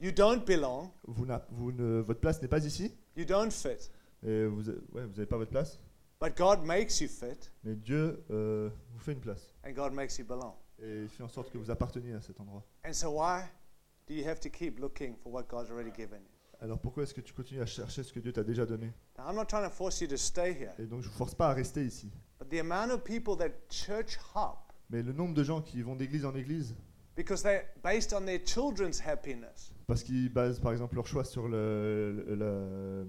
A: you don't belong,
B: vous, n'a- vous ne, votre place n'est pas ici
A: you don't fit,
B: Et vous n'avez pas votre place,
A: but God makes you fit
B: mais Dieu euh, vous fait une place.
A: and God makes you belong.
B: Et il fait en sorte que vous apparteniez à cet endroit.
A: And so, why do you have to keep looking for what God's already given you?
B: Alors pourquoi est-ce que tu continues à chercher ce que Dieu t'a déjà donné
A: Now, I'm not trying to force you to stay here,
B: Et donc je ne vous force pas à rester ici.
A: but the amount of people that church hop
B: Mais le nombre de gens qui vont d'église en église,
A: because they're based on their children's happiness.
B: parce qu'ils basent par exemple leur choix sur le, le- le-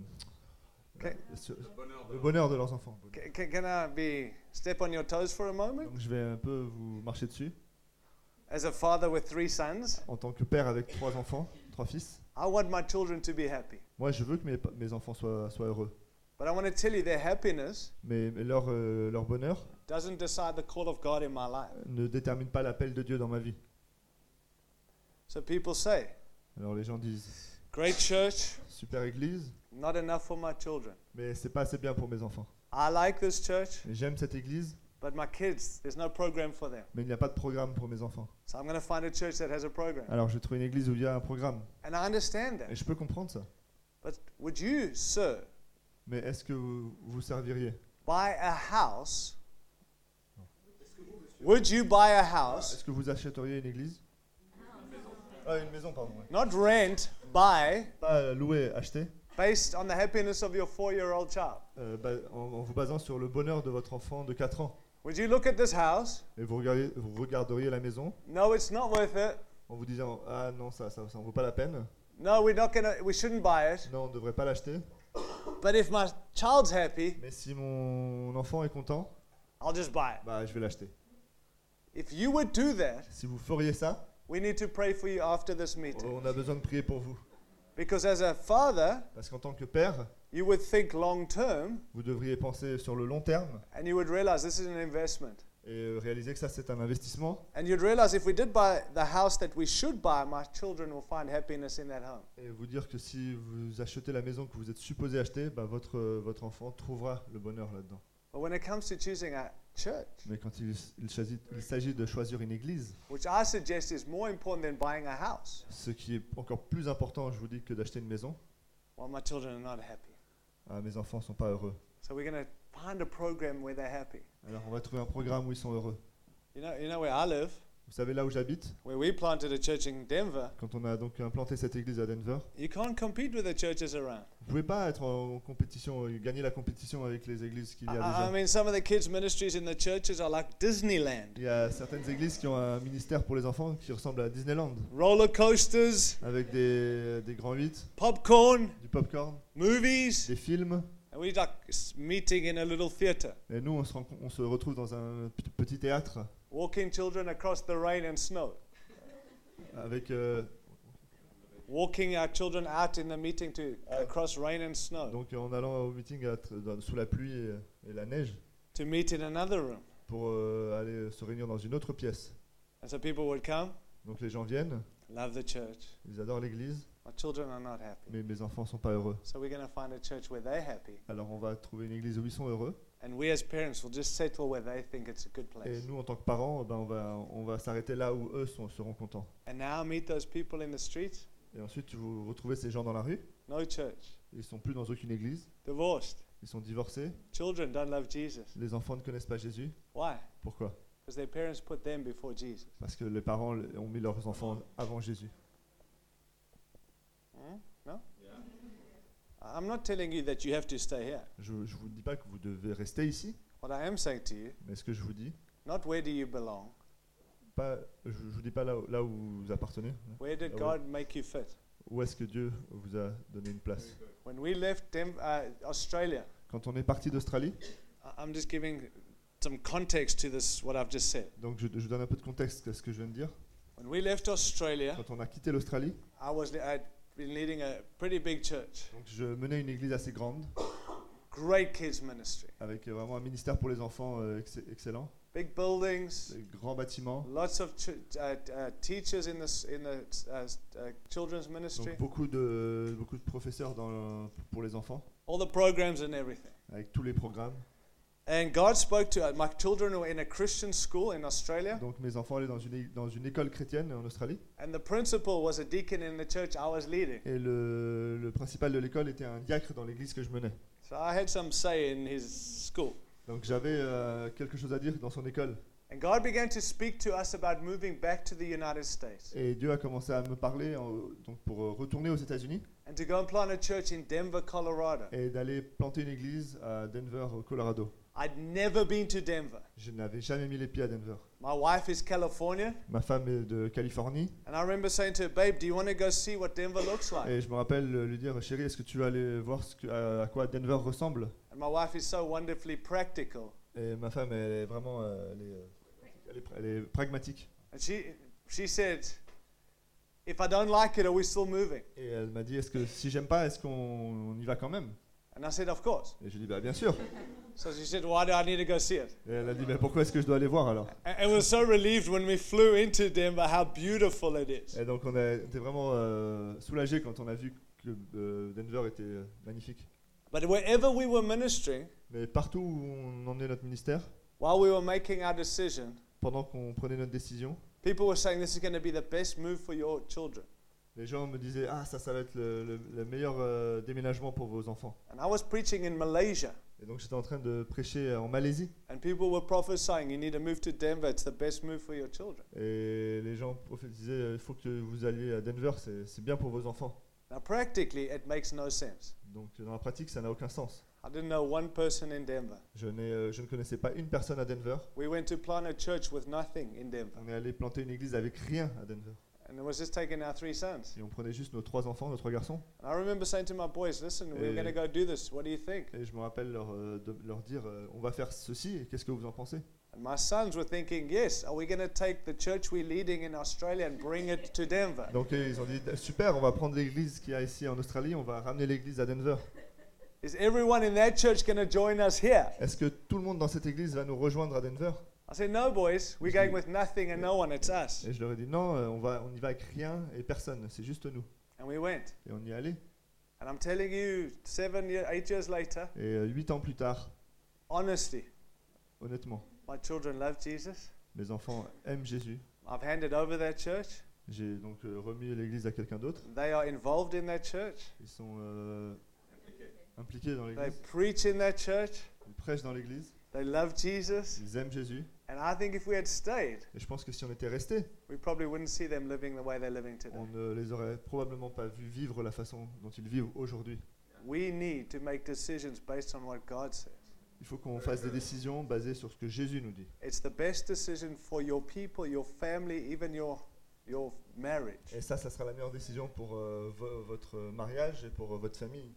A: Okay.
B: sur- le bonheur de leurs enfants.
A: C- c- can I be step on your toes for a moment?
B: Donc je vais un peu vous marcher dessus.
A: As a father with three sons,
B: En tant que père avec trois enfants, trois fils,
A: I want my children to be happy.
B: moi je veux que mes, pa- mes enfants soient, soient heureux.
A: But I want to tell you, their happiness
B: Mais, mais leur, euh, leur bonheur
A: doesn't decide the call of God in my life.
B: ne détermine pas l'appel de Dieu dans ma vie.
A: So people say,
B: Alors les gens disent
A: Great church,
B: Super église,
A: not enough for my children.
B: mais c'est pas assez bien pour mes enfants.
A: I like this church,
B: J'aime cette église,
A: but my kids, there's no program for them.
B: mais il n'y a pas de programme pour mes enfants.
A: So I'm going to find a church that has a program.
B: Alors je trouve une église où il y a un programme.
A: And I understand that.
B: Et je peux comprendre ça.
A: But would you, sir,
B: Mais est-ce que vous vous serviriez
A: buy a house? Would you buy a house?
B: Est-ce que vous achèteriez une église Ah, une maison, pardon. ouais.
A: Not rent, buy,
B: Pas euh, louer, acheter,
A: based on the happiness of your four year old child.
B: euh, ba- en, en vous basant sur le bonheur de votre enfant de 4 ans.
A: Would you look at this house?
B: Et vous, regardez, vous regarderiez la maison
A: No, it's not worth it.
B: en vous disant Ah non, ça, ça, ça en vaut pas la peine.
A: No, we're not gonna. We shouldn't buy it.
B: Non, on ne devrait pas l'acheter.
A: But if my child's happy,
B: Mais si mon enfant est content,
A: I'll just buy it.
B: bah je vais l'acheter.
A: If you would do that,
B: Si vous feriez ça,
A: we need to pray for you after this meeting.
B: on a besoin de prier pour vous.
A: Because as a father,
B: Parce qu'en tant que père,
A: you would think long term
B: vous devriez penser sur le long terme
A: and you would realize this is an investment.
B: et euh, réaliser que ça c'est un investissement.
A: And you'd realize if we did buy the house that we should buy, my children will find happiness in that home.
B: Et vous dire que si vous achetez la maison que vous êtes supposé acheter, bah, votre, euh, votre enfant trouvera le bonheur là-dedans.
A: But when it comes to choosing a church,
B: Mais quand il, il s'agit- il s'agit de choisir une église,
A: which I suggest is more important than buying a house,
B: ce qui est encore plus important, je vous dis, que d'acheter une maison,
A: well, my children are not happy.
B: ah, mes enfants ne sont pas heureux.
A: So we're going to find a program where they're happy.
B: Alors on va trouver un programme où ils sont heureux.
A: You know, you know where I live,
B: Vous savez là où j'habite
A: where we planted a church in Denver,
B: Quand on a donc implanté cette église à Denver,
A: you can't compete with the churches around.
B: vous pouvez pas être en compétition, euh, gagner la compétition avec les églises qu'il y a
A: I,
B: déjà.
A: I- I mean, some of the kids' ministries in the churches are like Disneyland
B: Il y a certaines églises qui ont un ministère pour les enfants qui ressemble à Disneyland,
A: roller coasters,
B: avec des, des grands 8,
A: popcorn,
B: du popcorn,
A: movies.
B: des films.
A: And we're like s- meeting in a little theater,
B: Et nous, on se, rencontre- on se retrouve dans un p- petit théâtre
A: walking children across the rain and snow,
B: avec euh,
A: walking our children out in the meeting to across rain and snow
B: donc en allant au meeting à tr- dans- sous la pluie et, et la neige
A: to meet in another room.
B: pour euh, aller se réunir dans une autre pièce.
A: And so people would come,
B: Donc les gens viennent,
A: love the church.
B: ils adorent l'église,
A: My children are not happy.
B: mais mes enfants sont pas heureux.
A: So we're going to find a church where they're happy,
B: Alors on va trouver une église où ils sont heureux.
A: and we as parents will just settle where they think it's a good
B: Et
A: place.
B: nous, en tant que parents, ben, on va, on va s'arrêter là où eux sont, seront contents.
A: And now meet those people in the streets,
B: Et ensuite, vous retrouvez ces gens dans la rue.
A: no church,
B: Ils sont plus dans aucune église.
A: divorced,
B: Ils sont divorcés.
A: children don't love Jesus.
B: Les enfants ne connaissent pas Jésus.
A: Why?
B: Pourquoi
A: Because their parents put them before Jesus.
B: Parce que les parents ont mis leurs enfants avant Jésus.
A: Hmm? No? I- I'm not telling you that you have to stay here.
B: Je ne vous dis pas que vous devez rester ici,
A: What I am saying to you,
B: mais ce que je vous dis,
A: not where do you belong,
B: pas, je je vous dis pas là, où- là où vous appartenez.
A: where did
B: Ah ouais.
A: God make you fit?
B: Où est-ce que Dieu vous a donné une place
A: When we left Dem- uh, Australia,
B: Quand on est parti d'Australie,
A: I- I'm just giving some context to this, what I've just said.
B: donc je, je vous donne un peu de contexte à ce que je viens de dire.
A: When we left Australia,
B: Quand on a quitté l'Australie,
A: I was le- I'd been leading a pretty big church,
B: donc je menais une église assez grande,
A: great kids ministry,
B: avec euh, vraiment un ministère pour les enfants euh, ex- excellent,
A: big buildings,
B: des grands bâtiments,
A: lots of ch- uh, uh, teachers in the s- in the uh, s- uh, children's ministry,
B: donc beaucoup de, beaucoup de professeurs dans le- pour les enfants,
A: all the programs and everything.
B: avec tous les programmes.
A: And God spoke to uh, my children who were in a Christian school in Australia,
B: Donc mes enfants allaient dans une, é- dans une école chrétienne en Australie,
A: and the principal was a deacon in the church I was leading.
B: et le, le principal de l'école était un diacre dans l'église que je menais.
A: So I had some say in his school.
B: Donc j'avais euh, quelque chose à dire dans son école.
A: And God began to speak to us about moving back to the United States
B: Et Dieu a commencé à me parler en- donc pour euh, retourner aux États-Unis
A: and to go and plant a church in Denver, Colorado.
B: et d'aller planter une église à Denver, au Colorado.
A: I'd never been to Denver.
B: Je n'avais jamais mis les pieds à Denver.
A: My wife is California,
B: Ma femme est de Californie
A: and I remember saying to her, Babe, do you want to go see what Denver looks like?
B: et je me rappelle euh, lui dire chérie, est-ce que tu vas aller voir ce que- à, à quoi Denver ressemble
A: And my wife is so wonderfully practical.
B: Et ma femme elle est vraiment euh, elle est, euh, elle est, elle est pragmatique
A: And she, she said, If I don't like it, are we still moving?
B: et elle m'a dit est-ce que si j'aime pas est-ce qu'on on y va quand même
A: And I said, Of course.
B: Et je lui ai dit bah bien sûr.
A: So she said, Why do I need to go see it?
B: Et elle a dit, mais pourquoi est-ce que je dois aller voir alors
A: And and we were so relieved when we flew into Denver how beautiful it is.
B: Et donc on a été vraiment euh, soulagés quand on a vu que euh, Denver était euh, magnifique.
A: But wherever we were ministering,
B: Mais partout où on emmenait notre ministère,
A: while we were making our decision,
B: pendant qu'on prenait notre décision,
A: people were saying this is going to be the best move for your children.
B: les gens me disaient, ah ça, ça va être le, le- le meilleur euh, déménagement pour vos enfants.
A: And I was preaching in Malaysia,
B: Et donc j'étais en train de prêcher en Malaisie.
A: and people were prophesying you need to move to Denver, it's the best move for your children.
B: Et les gens prophétisaient, il faut que vous alliez à Denver, c'est c'est bien pour vos enfants.
A: Now, practically, it makes no sense.
B: Donc dans la pratique, ça n'a aucun sens.
A: I didn't know one person in Denver.
B: Je, n'ai, euh, je ne connaissais pas une personne à Denver.
A: We went to plant a church with nothing in Denver,
B: On est allé planter une église avec rien à Denver.
A: and it was just taking our three sons.
B: Et on prenait juste nos trois enfants, nos trois garçons.
A: And I remember saying to my boys, listen, we're
B: Eh.
A: going to go do this. What do you think?
B: Et je me rappelle leur, euh, de leur dire, euh, on va faire ceci, et qu'est-ce que vous en pensez
A: And my sons were thinking, yes, are we going to take the church we're leading in Australia and bring it to Denver?
B: Donc euh, ils ont dit, super, on va prendre l'église qu'il y a ici en Australie, on va ramener l'église à Denver.
A: Is everyone in that church going to join us here?
B: Est-ce que tout le monde dans cette église va nous rejoindre à Denver
A: I said, no, boys, we're going with nothing and no one, it's us.
B: Et je leur ai dit, non, euh, on, va, on y va avec rien et personne, c'est juste nous.
A: And we went.
B: Et on y est allé.
A: And I'm telling you, seven, year, eight years later,
B: Et euh, huit ans plus tard,
A: honestly,
B: honnêtement,
A: my children love Jesus.
B: mes enfants aiment Jésus.
A: I've handed over that church.
B: J'ai donc euh, remis l'église à quelqu'un d'autre.
A: They are involved in that church.
B: Ils sont euh, impliqués dans
A: They
B: l'église.
A: preach in that church.
B: Ils prêchent dans l'église.
A: They love Jesus.
B: Ils aiment Jésus.
A: And I think if we had stayed,
B: Et je pense que si on était restés,
A: we probably wouldn't see them living the way they're living today.
B: on ne les aurait probablement pas vus vivre la façon dont ils vivent aujourd'hui.
A: We need to make decisions based on what God says.
B: Il faut qu'on fasse des décisions basées sur ce que Jésus nous dit.
A: It's the best decision for your people, your family, even your, your marriage.
B: Et ça, ça sera la meilleure décision pour euh, vo- votre mariage et pour euh, votre famille.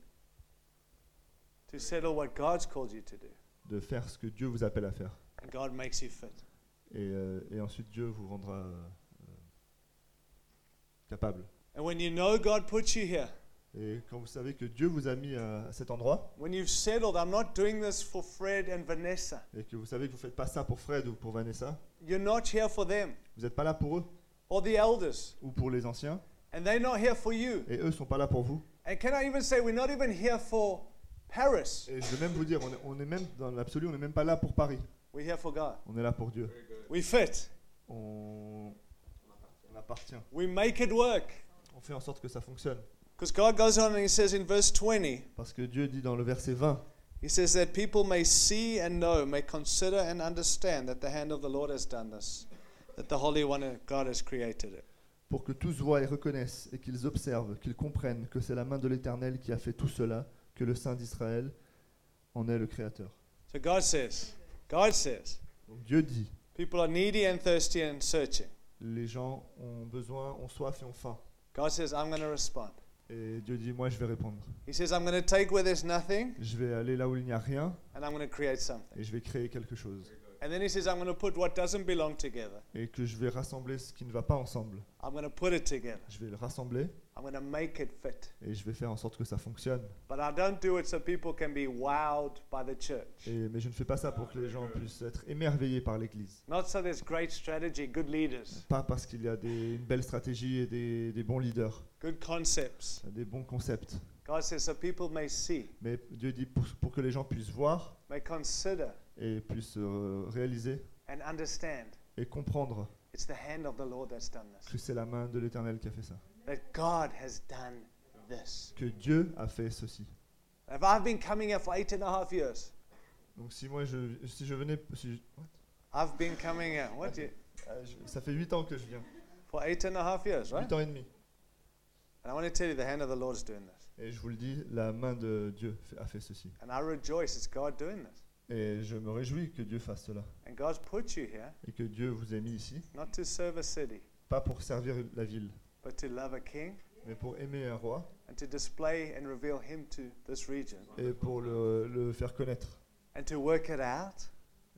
A: to settle what God's called you to do.
B: De faire ce que Dieu vous appelle à faire.
A: And God makes you fit.
B: Et, euh, et ensuite, Dieu vous rendra euh, euh, capable.
A: And when you know God put you here,
B: Et quand vous savez que Dieu vous a mis à cet endroit,
A: when you've settled, I'm not doing this for Fred and Vanessa.
B: et que vous savez que vous ne faites pas ça pour Fred ou pour Vanessa,
A: You're not here for them
B: vous n'êtes pas là pour eux
A: or the elders,
B: ou pour les anciens,
A: and they're not here for you.
B: et eux ne sont pas là pour vous.
A: And can I even say we're not even here for Paris?
B: Et je vais même vous dire, on est, on est même dans l'absolu, on n'est même pas là pour Paris.
A: We're here for God.
B: On est là pour Dieu.
A: We fit.
B: On, on appartient.
A: We make it work.
B: On fait en sorte que ça fonctionne.
A: Because God goes on and He says in verse 20,
B: Parce que Dieu dit dans le verset 20,
A: He says that people may see and know, may consider and understand that the hand of the Lord has done this, that the Holy One of God has created it.
B: pour que tous voient et reconnaissent, et qu'ils observent, qu'ils comprennent que c'est la main de l'Éternel qui a fait tout cela, que le Saint d'Israël en est le Créateur.
A: So God says, God says,
B: Donc Dieu dit,
A: people are needy and thirsty and searching.
B: les gens ont besoin, ont soif et ont faim.
A: God says, I'm going to respond.
B: Et Dieu dit, moi je vais répondre.
A: He says, I'm going to take where there's nothing
B: Je vais aller là où il n'y a rien,
A: and I'm going to create something.
B: et je vais créer quelque chose.
A: And then He says, I'm going to put what doesn't belong together,
B: Et que je vais rassembler ce qui ne va pas ensemble.
A: I'm going to put it together.
B: Je vais le rassembler,
A: I'm going to make it fit.
B: et je vais faire en sorte que ça fonctionne.
A: But I don't do it so people can be wowed by the church.
B: Et- mais je ne fais pas ça pour que les gens puissent être émerveillés par l'Église.
A: Not so there's great strategy, good leaders,
B: Pas parce qu'il y a des, une belle stratégie et des, des bons leaders,
A: good concepts.
B: des bons concepts.
A: God says, so people may see,
B: Mais Dieu dit pour, pour que les gens puissent voir
A: may consider,
B: et puissent euh, réaliser
A: and understand
B: et comprendre
A: it's the hand of the Lord that's done this.
B: que c'est la main de l'Éternel qui a fait ça.
A: That God has done this.
B: Que Dieu a fait ceci.
A: If I've been coming here for eight and a half years,
B: Donc si moi je, si je venais... si je- What
A: I've been coming here, what do you,
B: Ah, je- ça fait 8 ans que je viens.
A: for eight and a half years, right?
B: 8 ans et demi.
A: And I want to tell you, the hand of the Lord's doing this.
B: Et je vous le dis, la main de Dieu fait- a fait ceci.
A: And I rejoice, it's God doing this.
B: Et je me réjouis que Dieu fasse cela.
A: And God's put you here,
B: Et que Dieu vous ait mis ici.
A: not to serve a city,
B: Pas pour servir la ville,
A: but to love a king
B: mais pour aimer un roi
A: and to display and reveal him to this region
B: et pour le, le faire connaître
A: and to work it out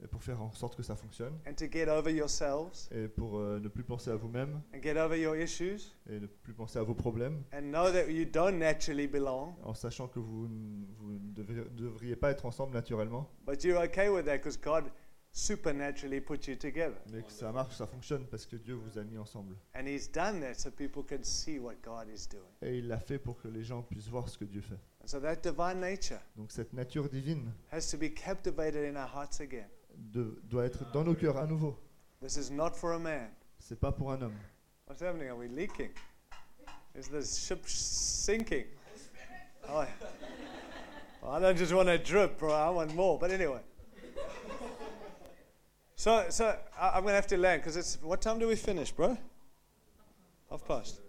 B: et pour faire en sorte que ça fonctionne,
A: and to get over yourselves
B: et pour euh, ne plus penser à vous-même,
A: and get over your issues
B: et ne plus penser à vos problèmes,
A: and know that you don't naturally belong,
B: en sachant que vous, n- vous ne devriez, devriez pas être ensemble naturellement,
A: but you're okay with that because God supernaturally put you together.
B: mais que ça marche, ça fonctionne, parce que Dieu vous a mis ensemble.
A: And He's done that so people can see what God is doing.
B: Et il l'a fait pour que les gens puissent voir ce que Dieu fait.
A: And so that divine nature
B: Donc cette nature divine
A: has to be captivated in our hearts again.
B: de- doit être dans nos cœurs à nouveau.
A: This is not for a man.
B: C'est pas pour un homme.
A: What's happening? Are we leaking? Is the ship sinking? Oh, I don't just want a drip, bro. I want more. But anyway. So, so I, I'm gonna have to land because it's. What time do we finish, bro? Half past.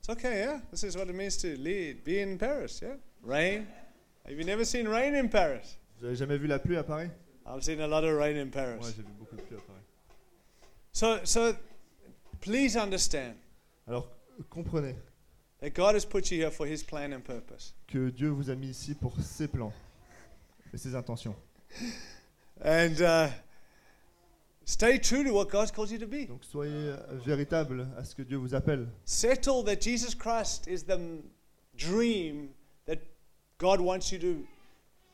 A: It's okay, yeah. This is what it means to lead, be in Paris, yeah. Rain. Have you never seen rain in Paris?
B: Vous avez jamais vu la pluie à Paris
A: I've seen a lot of rain in Paris.
B: Moi, j'ai vu beaucoup de pluie à Paris.
A: So, so please understand
B: Alors comprenez
A: that God has put you here for His plan and purpose.
B: que Dieu vous a mis ici pour ses plans et ses intentions.
A: And uh, stay true to what God's called you to be.
B: Donc soyez euh, véritable à ce que Dieu vous appelle.
A: Settle that Jesus Christ is the m- dream that God wants you to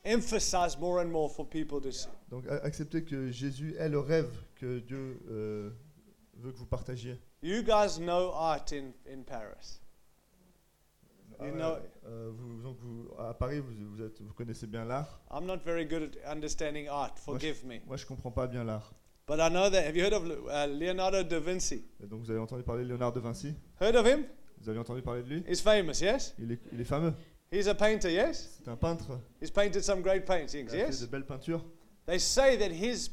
A: emphasize more and more for people to see.
B: Donc a- acceptez que Jésus est le rêve que Dieu euh, veut que vous partagiez.
A: You guys know art in, in Paris. You know-
B: Euh, vous- donc vous- à Paris, vous, vous êtes- vous connaissez bien l'art.
A: I'm not very good at understanding art, forgive me.
B: Moi, je comprends pas bien l'art.
A: But I know that. Have you heard of uh, Leonardo da Vinci?
B: Et Donc vous avez entendu parler de Léonard de Vinci.
A: Heard of him?
B: Vous avez entendu parler de lui
A: He's famous, yes?
B: il est, il est fameux.
A: He's a painter, yes?
B: C'est un peintre.
A: He's painted some great
B: Il
A: paintings,
B: a fait
A: yes?
B: de belles peintures.
A: They say that his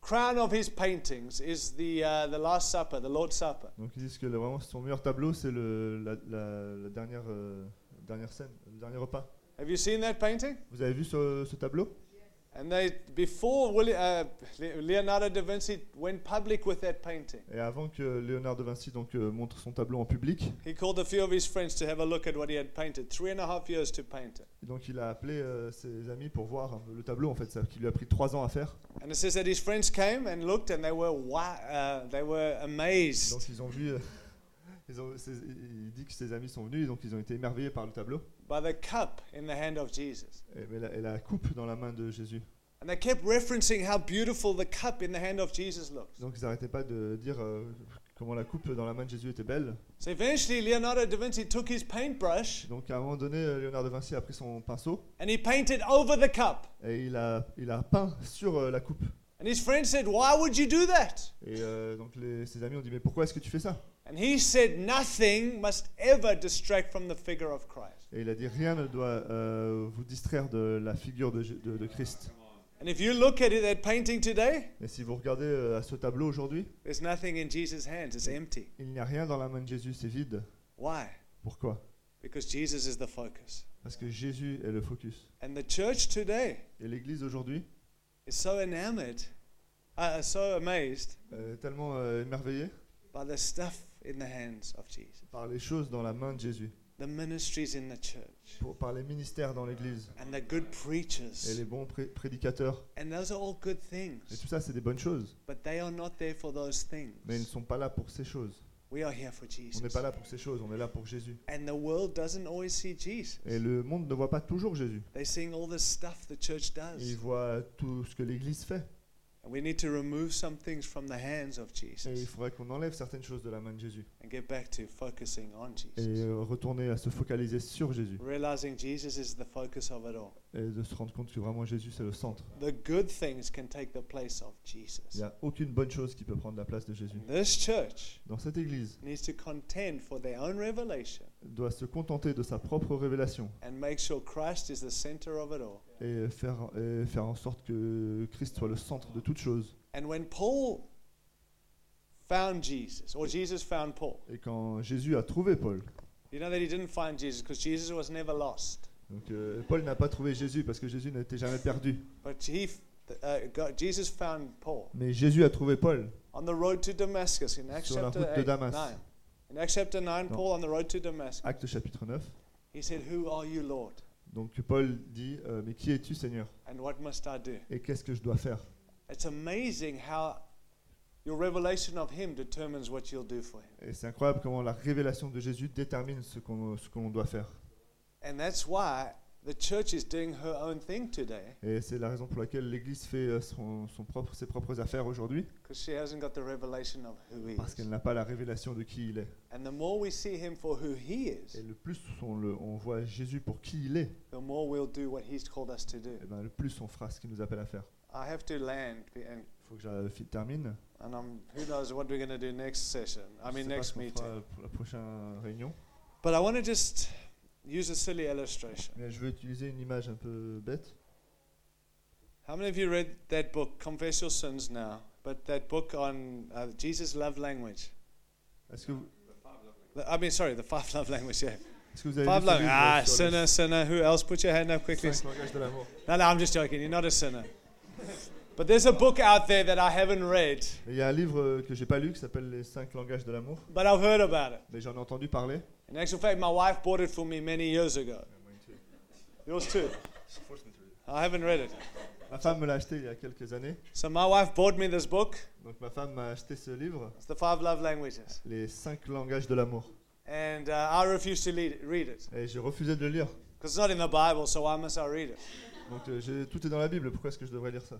A: crown of his paintings is the, uh, the Last Supper, the Lord's Supper.
B: Donc ils disent que le- vraiment son meilleur tableau, c'est le, la, la- la dernière, euh, dernière scène, le dernier repas.
A: Have you seen that painting?
B: Vous avez vu ce, ce tableau
A: And they, before Willi- uh, Le- Leonardo da Vinci went public with that painting,
B: Et avant que Léonard de Vinci donc, euh, montre son tableau en public,
A: he called a few of his friends to have a look at what he had painted. Three and a half years to paint it.
B: donc il a appelé euh, ses amis pour voir hein, le tableau en fait, ça, qui lui a pris trois ans à faire.
A: And it says that his friends came and looked and they were, wa- uh, they were amazed
B: Donc ils ont vu, euh, ils ont- ses- il dit que ses amis sont venus, donc ils ont été émerveillés par le tableau
A: by the cup in the hand of Jesus.
B: et, mais la, et la coupe dans la main de Jésus.
A: And they kept referencing how beautiful the cup in the hand of Jesus looks.
B: Donc ils n'arrêtaient pas de dire euh, comment la coupe dans la main de Jésus était belle.
A: So eventually, Leonardo da Vinci took his paintbrush
B: Donc à un moment donné, euh, Léonard de Vinci a pris son pinceau
A: and he painted over the cup.
B: et il a, il a peint sur euh, la coupe.
A: And his friend said, Why would you do that?
B: Et euh, donc les- ses amis ont dit mais pourquoi est-ce que tu fais ça
A: And he said, Nothing must ever distract from the figure of Christ.
B: Et il a dit rien ne doit euh, vous distraire de la figure de, J- de- de Christ.
A: And if you look at it, that painting today,
B: Et si vous regardez euh, à ce tableau aujourd'hui,
A: there's nothing in Jesus' hands. It's empty.
B: il n'y a rien dans la main de Jésus, c'est vide.
A: Why?
B: Pourquoi
A: Because Jesus is the focus.
B: Parce que Jésus est le focus.
A: And the church today
B: Et l'Église aujourd'hui
A: is so enamored, uh, so amazed
B: euh, est tellement euh, émerveillée
A: by the stuff in the hands of Jesus,
B: par les choses dans la main de Jésus,
A: the ministries in the church,
B: pour- par les ministères dans l'Église
A: and the good
B: et
A: preachers.
B: les bons pré- prédicateurs.
A: And those are all good
B: Et
A: things.
B: tout ça, c'est des bonnes choses.
A: But they are not there for those
B: Mais ils ne
A: things.
B: sont pas là pour ces choses.
A: We are here for
B: On n'est
A: Jesus.
B: pas là pour ces choses, on est là pour Jésus.
A: And the world doesn't always see Jesus.
B: Et le monde ne voit pas toujours Jésus.
A: They're seeing all this stuff the church
B: Il
A: does.
B: voit tout ce que l'Église fait.
A: And we need to remove some things from the hands of
B: Et il
A: Jesus
B: faudrait qu'on enlève certaines choses de la main de Jésus.
A: and get back to focusing on
B: Et
A: Jesus.
B: euh, retourner à se focaliser sur Jésus.
A: Realizing Jesus is the focus of it all.
B: Et de se rendre compte que vraiment Jésus, c'est le centre.
A: The good things can take the place of
B: Il n'y
A: Jesus.
B: a aucune bonne chose qui peut prendre la place de Jésus.
A: And this church
B: Dans cette Église,
A: needs to contend for their own revelation
B: doit se contenter de sa propre révélation
A: and make sure Christ is the center of it all.
B: et faire, et faire en sorte que Christ soit le centre de toute chose.
A: And when Paul found Jesus, or Jesus found Paul,
B: Et quand Jésus a trouvé Paul,
A: you know that he didn't find Jesus because Jesus was never lost.
B: donc euh, Paul n'a pas trouvé Jésus parce que Jésus n'était jamais perdu,
A: But he, f- uh, God, Jesus found Paul
B: mais Jésus a trouvé Paul
A: on the road to Damascus in Acts
B: Sur la
A: chapter
B: route de
A: 8,
B: Damas.
A: 9. In Acts chapter 9,
B: Non.
A: Paul on the road to Damascus,
B: Acte chapitre 9.
A: he said, Who are you, Lord?
B: Donc Paul dit, euh, mais qui es-tu Seigneur
A: and what must I do?
B: Et qu'est-ce que je dois faire
A: It's amazing how your revelation of Him determines what you'll do for Him.
B: Et c'est incroyable comment la révélation de Jésus détermine ce qu'on ce qu'on doit faire.
A: And that's why the church is doing her own thing today
B: Et c'est la raison pour laquelle l'Église fait euh, son, son propre, ses propres affaires aujourd'hui,
A: because she hasn't got the revelation of who He
B: parce
A: is.
B: qu'elle n'a pas la révélation de qui il est.
A: And the more we see Him for who He
B: Et
A: is,
B: le plus on, le, on voit Jésus pour qui il est,
A: the more we'll do what He's called us to do.
B: et ben, le plus on fera ce qu'il nous appelle à faire.
A: I have to land, be- and,
B: Il faut que je fi- termine.
A: and I'm, who knows what we're going to do next session? I
B: Je
A: mean,
B: sais pas
A: Ah, next
B: ce qu'on fera
A: meeting.
B: pour la prochaine réunion.
A: But I want to just use a silly illustration.
B: Mais je veux utiliser une image un peu bête.
A: How many of you read that book, Confess Your Sins Now? But that book on uh, Jesus' love language.
B: Est-ce que, vous-
A: The- I mean, sorry, the five love language. Yeah,
B: est-ce que vous avez
A: five
B: vu ce
A: love.
B: livre euh,
A: Ah,
B: sur
A: sinner,
B: les
A: sinner. Who else? Put your hand up quickly.
B: cinq langages de l'amour
A: No, no, I'm just joking. You're not a sinner. But there's a book out there that I haven't read,
B: Il y a un livre euh, que j'ai pas lu qui s'appelle Les cinq langages de l'amour,
A: but I've heard about it.
B: mais j'en ai entendu parler.
A: In actual fact, my wife bought it for me many years ago. Yours too. I haven't read it.
B: Ma femme me l'a acheté il y a quelques années.
A: So my wife bought me this book.
B: Donc ma femme m'a acheté ce livre,
A: It's the five love languages,
B: Les cinq langages de l'amour.
A: and uh, I refuse to lead, read it
B: Et j'ai refusé de le lire.
A: because it's not in the Bible. So why must I read it?
B: Donc euh, j'ai- tout est dans la Bible, pourquoi est-ce que je devrais lire ça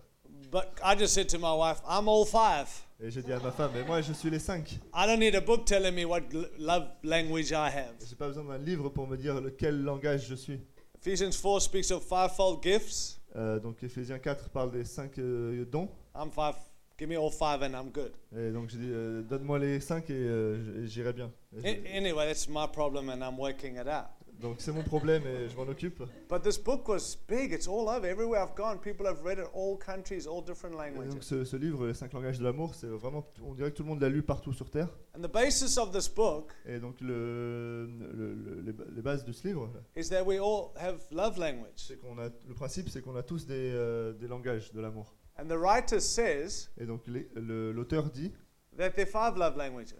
A: But I just said to my wife, I'm all five.
B: Et j'ai dit à ma femme, mais moi je suis les cinq.
A: I don't need a book telling me what l- love language I have.
B: J'ai pas besoin d'un livre pour me dire lequel langage je suis.
A: Ephesians 4 speaks of fivefold gifts.
B: Euh, donc Ephésiens 4 parle des cinq euh, dons.
A: I'm five. Give me all five and I'm good.
B: Et donc j'ai dit, euh, donne-moi les cinq et euh, j- j'irai bien. Et je-
A: A- anyway, that's my problem and I'm working it out.
B: donc c'est mon problème et je m'en occupe.
A: But this book was big. It's all over. Everywhere I've gone, people have read it. All countries, all different
B: Et donc
A: languages.
B: ce, ce livre, Les cinq langages de l'amour, c'est vraiment, on dirait que tout le monde l'a lu partout sur Terre.
A: And the basis of this book
B: Et donc le, le- le- les, ba- les bases de ce livre,
A: is that we all have love language.
B: c'est qu'on a, le principe c'est qu'on a tous des, euh, des langages de l'amour.
A: And the writer says
B: Et donc les- le- l'auteur dit
A: that there are five love languages.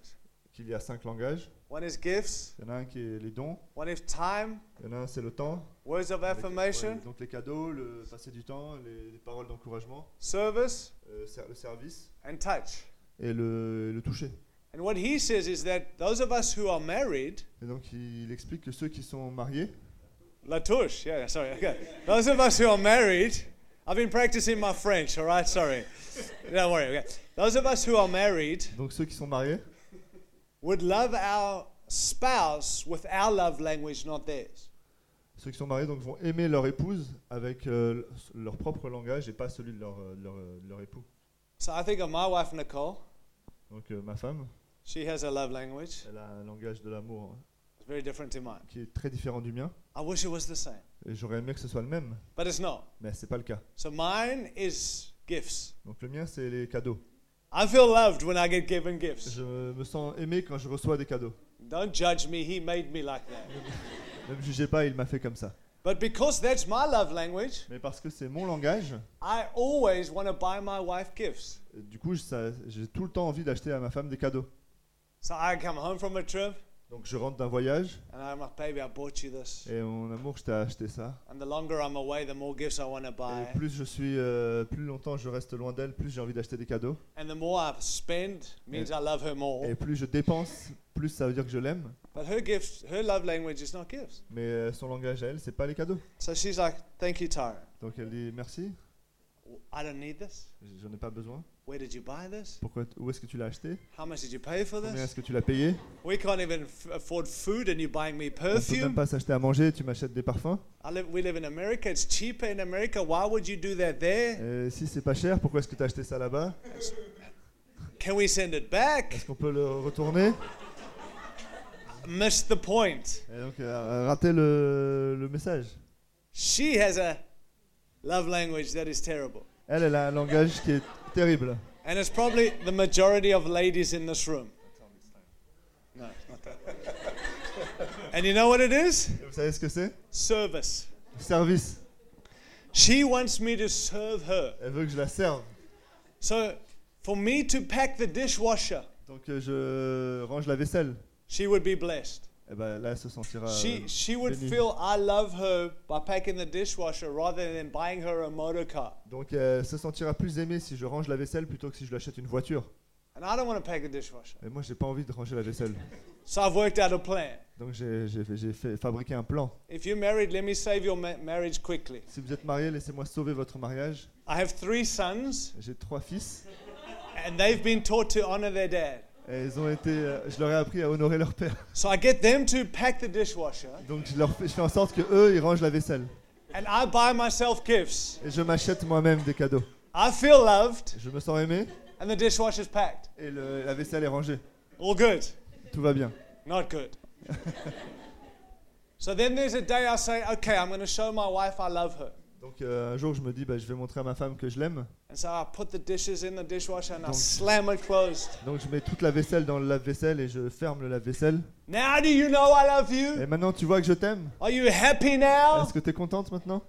B: qu'il y a cinq langages.
A: One is gifts.
B: Il y en a un qui est les dons,
A: One is time.
B: il y en a un c'est le temps.
A: Words of
B: Avec-
A: affirmation.
B: ouais, donc les cadeaux, le passer du temps, les, les paroles d'encouragement,
A: service,
B: euh, ser- le service
A: and touch.
B: et le, le toucher.
A: And what he says is that those of us who are married,
B: Et donc il explique que ceux qui sont mariés,
A: Latouche, yeah, sorry, okay. Those of us who are married, I've been practicing my French, all right, sorry. Don't worry, okay. Those of us who are married
B: donc ceux qui sont mariés,
A: would love our spouse with our love language, not theirs.
B: ceux qui sont mariés donc vont aimer leur épouse avec euh, leur propre langage et pas celui de leur, euh, de leur, euh, de leur époux.
A: So I think of my wife, Nicole.
B: Donc euh, ma femme,
A: She has a love language.
B: elle a un langage de l'amour hein,
A: It's very different to mine.
B: qui est très différent du mien
A: I wish it was the same,
B: et j'aurais aimé que ce soit le même,
A: but it's not.
B: mais c'est pas le cas.
A: So mine is gifts.
B: Donc le mien c'est les cadeaux.
A: I feel loved when I get given gifts.
B: Je me sens aimé quand je reçois des cadeaux.
A: Don't judge me, he made me like that.
B: Ne me jugez pas, il m'a fait comme ça.
A: But because that's my love language,
B: Mais parce que c'est mon langage,
A: I always want to buy my wife gifts.
B: Euh, Du coup, je- ça- j'ai tout le temps envie d'acheter à ma femme des cadeaux.
A: So I come home from a trip
B: Donc je rentre d'un voyage
A: and I'm like, baby, I bought you this.
B: et mon amour, je t'ai acheté ça.
A: And the longer I'm away, the more gifts I want to buy.
B: Et plus je suis, euh, plus longtemps je reste loin d'elle, plus j'ai envie d'acheter des cadeaux.
A: And the more I spend means I love her
B: Et
A: more.
B: plus je dépense, plus ça veut dire que je l'aime.
A: But her gifts, her love language is not gifts.
B: Mais euh, son langage à elle, c'est pas les cadeaux.
A: So she's like, thank you, Tyra.
B: Donc elle dit merci,
A: I don't need this.
B: j'en ai pas besoin.
A: Where did you buy this?
B: Pourquoi Où est-ce que tu l'as acheté
A: How much did you pay for
B: Combien
A: this?
B: est-ce que tu l'as payé
A: We can't even f- afford food and you're buying me
B: On peut même
A: perfume.
B: pas s'acheter à manger. et Tu m'achètes des parfums.
A: I live, we live in America. It's cheaper in America. Why would you do that there?
B: Et si c'est pas cher, pourquoi est-ce que tu as acheté ça là-bas
A: Can we send it back?
B: Est-ce qu'on peut le retourner
A: Missed the point.
B: Et donc euh, rater le- le message.
A: She has a love language that is terrible.
B: Elle, elle a un langage qui est terrible.
A: And it's probably the majority of ladies in this room. No, it's not that. and you know what it is?
B: Vous savez ce que c'est
A: Service.
B: Service.
A: She wants me to serve her.
B: Elle veut que je la serve.
A: So for me to pack the dishwasher,
B: Donc euh, je range la vaisselle.
A: she would be blessed.
B: eh ben, là, elle se sentira.
A: She
B: euh,
A: she would
B: Benny.
A: feel I love her by packing the dishwasher rather than buying her a motor car.
B: Donc, elle se sentira plus aimée si je range la vaisselle plutôt que si je lui achète une voiture.
A: And I don't want to pack the dishwasher.
B: Mais moi, j'ai pas envie de ranger la vaisselle.
A: So I've worked out a plan.
B: Donc, j'ai- j'ai fait- j'ai fait- fabriqué un plan.
A: If you're married, let me save your ma- marriage quickly.
B: Si vous êtes marié, laissez-moi sauver votre mariage.
A: I have three sons,
B: J'ai trois fils
A: and they've been taught to honor their dad.
B: et ils ont été. euh, je leur ai appris à honorer leur père.
A: So I get them to pack the dishwasher,
B: Donc, je, leur fais, je fais en sorte que eux, ils rangent la vaisselle.
A: and I buy myself gifts.
B: Et je m'achète moi-même des cadeaux.
A: I feel loved,
B: Je me sens aimé
A: and the dishwasher's packed.
B: et le- la vaisselle est rangée.
A: All good.
B: Tout va bien.
A: Not good. so then there's a day I say, okay, I'm going to show my wife I love her.
B: Donc, euh, un jour, je me dis, bah, je vais montrer à ma femme que je l'aime.
A: And so I put the dishes in the dishwasher and I
B: Don't.
A: slam it closed.
B: Donc, je mets toute la vaisselle dans le lave-vaisselle et je ferme le lave-vaisselle.
A: Now do you know I love you?
B: Et maintenant, tu vois que je t'aime
A: Are you happy now?
B: Est-ce que t'es contente maintenant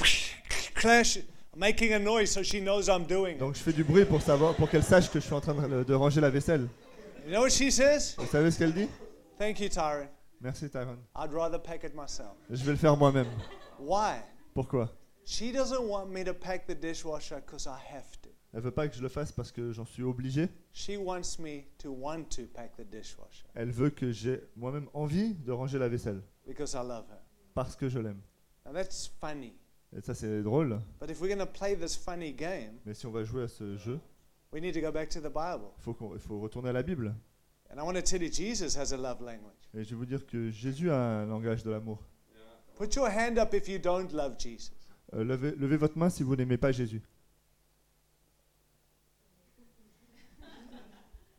A: Clash, making a noise so she knows I'm doing it.
B: Donc, je fais du bruit pour savoir, pour qu'elle sache que je suis en train de, de ranger la vaisselle.
A: You know what she says?
B: Vous savez ce qu'elle dit
A: Thank you, Tyron.
B: Merci, Tyron.
A: I'd rather pack it myself.
B: Je vais le faire moi-même.
A: Why?
B: Pourquoi
A: She doesn't want me to pack the dishwasher because I have to.
B: Elle veut pas que je le fasse parce que j'en suis obligé.
A: She wants me to want to pack the dishwasher
B: Elle veut que j'ai moi-même envie de ranger la vaisselle
A: because I love her.
B: parce que je l'aime.
A: Now that's funny.
B: Et ça, c'est drôle.
A: But if we're going to play this funny game,
B: Mais si on va jouer à ce jeu,
A: we need to go back to the Bible.
B: faut qu'on- il faut retourner à la Bible.
A: And I want to tell you, Jesus has a love language.
B: Et je vais vous dire que Jésus a un langage de l'amour.
A: Put your hand up if you don't love Jesus.
B: Euh, levez, levez votre main si vous n'aimez pas Jésus.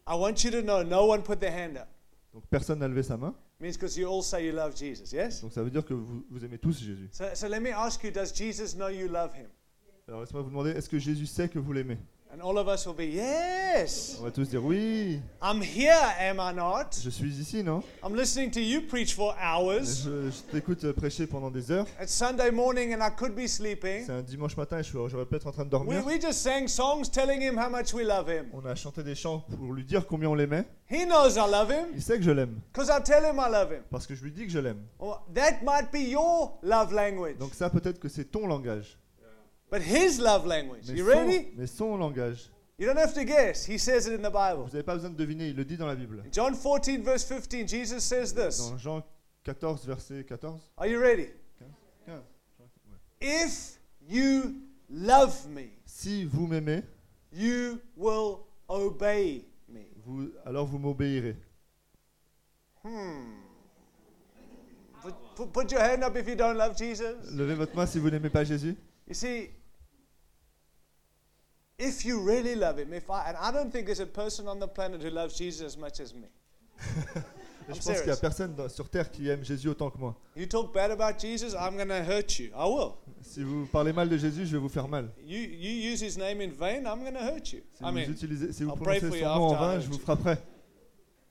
A: I want you to know no one put their hand up.
B: Donc personne n'a levé sa main.
A: means because you all say you love Jesus, yes?
B: Donc ça veut dire que vous, vous aimez tous Jésus.
A: So, so let me ask you, does Jesus know you love him?
B: Alors laissez-moi vous demander, est-ce que Jésus sait que vous l'aimez
A: And all of us will be, yes.
B: On va tous dire oui.
A: I'm here, am I not?
B: Je suis ici, non
A: I'm listening to you preach for hours.
B: Je, je t'écoute euh, prêcher pendant des heures.
A: It's Sunday morning and I could be sleeping.
B: C'est un dimanche matin et je suis- j'aurais peut-être en train de
A: We,
B: dormir.
A: we just sang songs telling him how much we love him.
B: On a chanté des chants pour lui dire combien on l'aimait.
A: He knows I love him
B: Il sait que je l'aime
A: because I tell him I love him.
B: parce que je lui dis que je l'aime.
A: Well, that might be your love language,
B: Donc ça peut-être que c'est ton langage.
A: but his love language.
B: Mais
A: You
B: son,
A: ready?
B: mais son langage.
A: You don't have to guess. He says it in the Bible.
B: Vous n'avez pas besoin de deviner, il le dit dans la Bible.
A: In John 14, verse 15, Jesus says this.
B: Dans Jean 14, verset 14.
A: Are you ready?
B: quinze.
A: If you love me,
B: Si vous m'aimez,
A: you will obey me.
B: vous, alors vous m'obéirez.
A: Put, put, put your hand up if you don't love Jesus.
B: Levez votre main si vous n'aimez pas Jésus.
A: You see, if you really love him, if I, and I don't think there's a person on the planet who loves Jesus as much as me.
B: Et je pense
A: serious.
B: qu'il n'y a personne dans- sur Terre qui aime Jésus autant que moi.
A: You talk bad about Jesus, I'm going to hurt you. I will.
B: Si vous parlez mal de Jésus, je vais vous faire mal.
A: You, you use his name in vain, I'm going to hurt you.
B: Si
A: I
B: vous,
A: mean,
B: utilisez, si vous
A: Ah, I'll pray
B: prononcez
A: for you
B: son nom en
A: after I
B: vain,
A: hurt
B: je vous
A: you.
B: frapperai.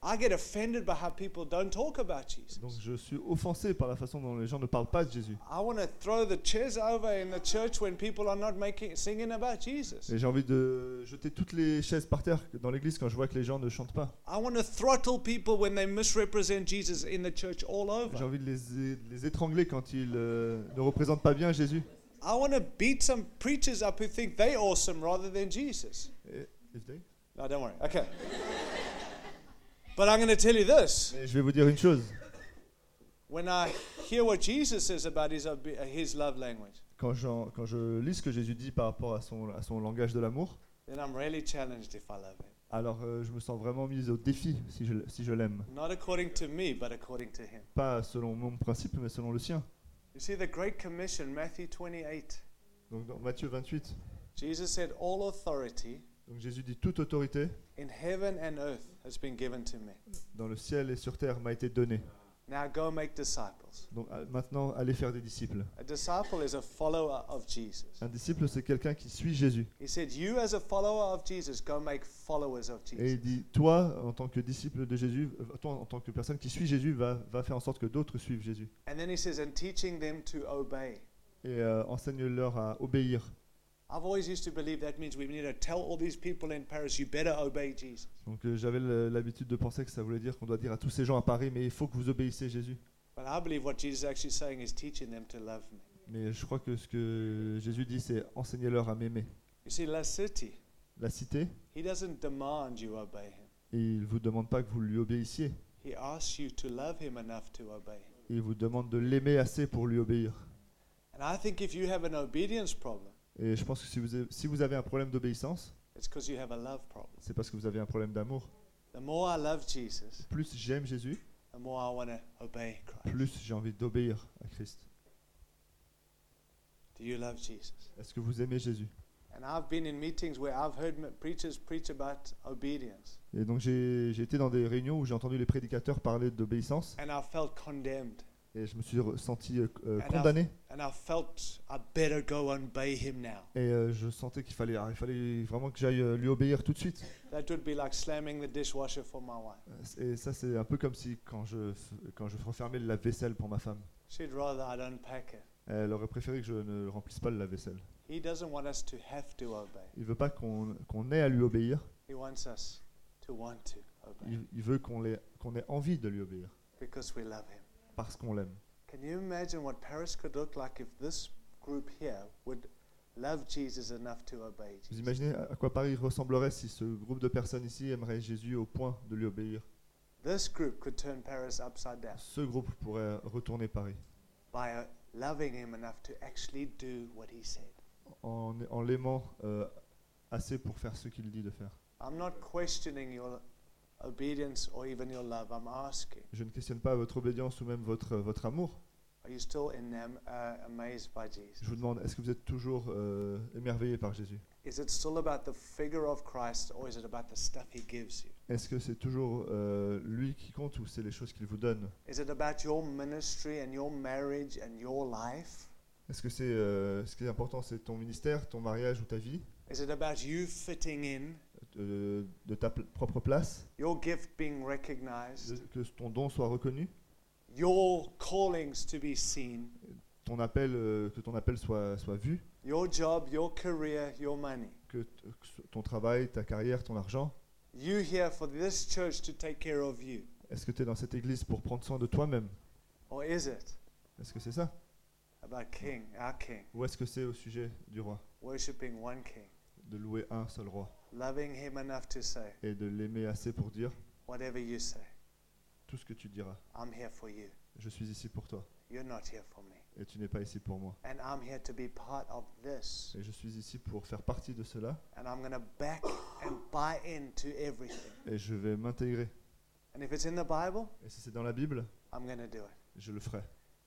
A: I get offended by how people don't talk about Jesus.
B: Donc je suis offensé par la façon dont les gens ne parlent pas de Jésus.
A: I want to throw the chairs over in the church when people are not making singing about Jesus.
B: Et j'ai envie de jeter toutes les chaises par terre dans l'église quand je vois que les gens ne chantent pas.
A: I want to throttle people when they misrepresent Jesus in the church all
B: J'ai
A: over.
B: envie de les, de les étrangler quand ils euh, ne représentent pas bien Jésus.
A: I want to beat some preachers up who think they awesome rather than Jesus.
B: Et- if they-
A: No, don't worry. Okay. but I'm going to tell you this.
B: Mais je vais vous dire une chose.
A: When I hear what Jesus says about his, obe- uh, his love language,
B: Quand, j'en- quand je lis ce que Jésus dit par rapport à son, à son langage de l'amour,
A: then I'm really challenged if I love him.
B: alors euh, je me sens vraiment mis au défi si je, si je l'aime.
A: Not according to me, but according to him.
B: Pas selon mon principe, mais selon le sien.
A: You see, the Great Commission, Matthew 28,
B: Donc dans Matthieu 28,
A: Jesus said, All authority
B: donc Jésus dit Toute autorité
A: in heaven and earth has been given to me.
B: dans le ciel et sur terre m'a été donnée.
A: Now go make disciples.
B: Donc à- maintenant, allez faire des disciples.
A: A disciple is a follower of Jesus.
B: Un disciple, c'est quelqu'un qui suit Jésus.
A: He said, You, as a follower of Jesus, go make followers of
B: Et
A: Jesus.
B: il dit, toi, en tant que disciple de Jésus, euh, toi, en tant que personne qui suit Jésus, va, va faire en sorte que d'autres suivent Jésus.
A: And then he says, And teaching them to obey.
B: Et euh, enseigne-leur à obéir.
A: I've always used to believe that means we need to tell all these people in Paris, you better obey Jesus.
B: Donc euh, j'avais le- l'habitude de penser que ça voulait dire qu'on doit dire à tous ces gens à Paris, mais il faut que vous obéissiez Jésus.
A: But I believe what Jesus is actually saying is teaching them to love me.
B: Mais je crois que ce que Jésus dit, c'est enseignez-leur à m'aimer.
A: You see, La City,
B: La cité,
A: he doesn't demand you obey him.
B: et il vous demande pas que vous lui obéissiez.
A: He asks you to love him enough to obey him.
B: Il vous demande de l'aimer assez pour lui obéir.
A: And I think if you have an obedience problem,
B: Et je pense que si vous, si vous avez un problème d'obéissance,
A: it's because you have a love problem.
B: c'est parce que vous avez un problème d'amour.
A: The more I love Jesus,
B: Plus j'aime Jésus,
A: the more I want to obey Christ.
B: plus j'ai envie d'obéir à Christ.
A: Do you love Jesus?
B: Est-ce que vous aimez Jésus
A: And I've been in meetings where I've heard m- preachers preach about obedience,
B: Et donc j'ai j'ai été dans des réunions où j'ai entendu les prédicateurs parler d'obéissance
A: and I felt condemned,
B: et je me suis re- senti euh, euh,
A: Alors-
B: condamné
A: and I felt I better go and obey him now.
B: et euh, je sentais qu'il fallait, ah, il fallait vraiment que j'aille euh, lui obéir tout de suite.
A: That would be like slamming the dishwasher for my wife.
B: Et ça c'est un peu comme si quand je, f- quand je refermais le lave-vaisselle pour ma femme,
A: She'd rather I'd unpack it.
B: elle aurait préféré que je ne remplisse pas le lave-vaisselle.
A: He doesn't want us to have to obey.
B: Il veut pas qu'on qu'on ait à lui obéir,
A: He wants us to want to obey
B: il, il veut qu'on l'ait- qu'on ait envie de lui obéir
A: because we love him.
B: parce qu'on l'aime.
A: Can you imagine what Paris could look like if this group here would love Jesus enough to obey
B: Vous
A: Jesus?
B: imaginez à à quoi Paris ressemblerait si ce groupe de personnes ici aimerait Jésus au point de lui obéir
A: This group could turn Paris upside down
B: Ce groupe pourrait retourner Paris
A: by uh, loving him enough to actually do what he said.
B: en, en l'aimant euh, assez pour faire ce qu'il dit de faire.
A: I'm not questioning your obedience or even your love. I'm asking,
B: Je ne questionne pas votre obédience ou même votre, votre amour.
A: are you still enam- uh, amazed by Jesus?
B: Je vous demande, est-ce que vous êtes toujours euh, émerveillé par Jésus
A: Is it still about the figure of Christ or is it about the stuff he gives you?
B: Est-ce que c'est toujours euh, lui qui compte ou c'est les choses qu'il vous donne
A: Is it about your ministry and your marriage and your life?
B: Est-ce que c'est euh, ce qui est important, c'est ton ministère, ton mariage ou ta vie,
A: Is it about you fitting in,
B: euh, de ta pl- propre place,
A: your gift being recognized,
B: que ton don soit reconnu,
A: your callings to be seen,
B: ton appel, euh, que ton appel soit, soit vu,
A: your job, your career, your money?
B: que, t- que ce- ton travail, ta carrière, ton argent
A: You here for this church to take care of you?
B: Est-ce que tu es dans cette église pour prendre soin de toi-même
A: Or is it
B: Est-ce que c'est ça
A: about King, our King,
B: Ou est-ce que c'est au sujet du roi
A: worshipping one King,
B: De louer un seul roi
A: loving him enough to say,
B: et de l'aimer assez pour dire
A: whatever you say,
B: tout ce que tu diras.
A: I'm here for you.
B: Je suis ici pour toi
A: You're not here for me.
B: et tu n'es pas ici pour moi.
A: And I'm here to be part of this.
B: Et je suis ici pour faire partie de cela
A: And I'm going to back and buy into everything.
B: et je vais m'intégrer.
A: And if it's in the Bible,
B: Et si c'est dans la Bible,
A: I'm going to do it.
B: je le ferai.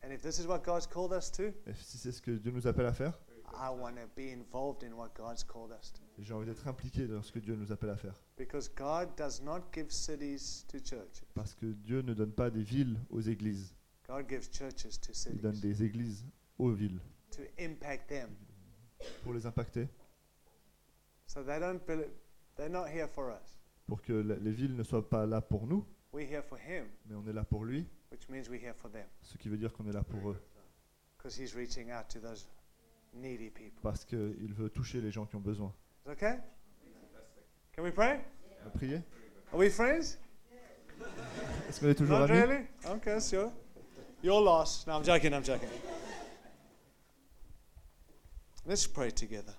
A: And if this is what God's called us to,
B: Et si c'est ce que Dieu nous appelle à faire,
A: I want to be involved in what God's called us to.
B: j'ai envie d'être impliqué dans ce que Dieu nous appelle à faire.
A: Because God does not give cities to churches.
B: Parce que Dieu ne donne pas des villes aux églises,
A: God gives churches to
B: il donne
A: cities
B: des églises aux villes
A: to impact them.
B: pour les impacter,
A: So they don't bel they're not here for us.
B: pour que la- les villes ne soient pas là pour nous,
A: We're here for him,
B: mais on est là pour lui,
A: which means we're here for them
B: ce qui veut dire qu'on est là pour eux.
A: because he's reaching out to those needy people.
B: parce qu'il veut toucher les gens qui ont besoin. Euh,
A: Is it okay? Can we pray?
B: On va Prier
A: Are we friends?
B: Est-ce qu'on est toujours
A: Not
B: amis
A: really? Okay, sure. You're lost. No, I'm joking, I'm joking. Let's pray together.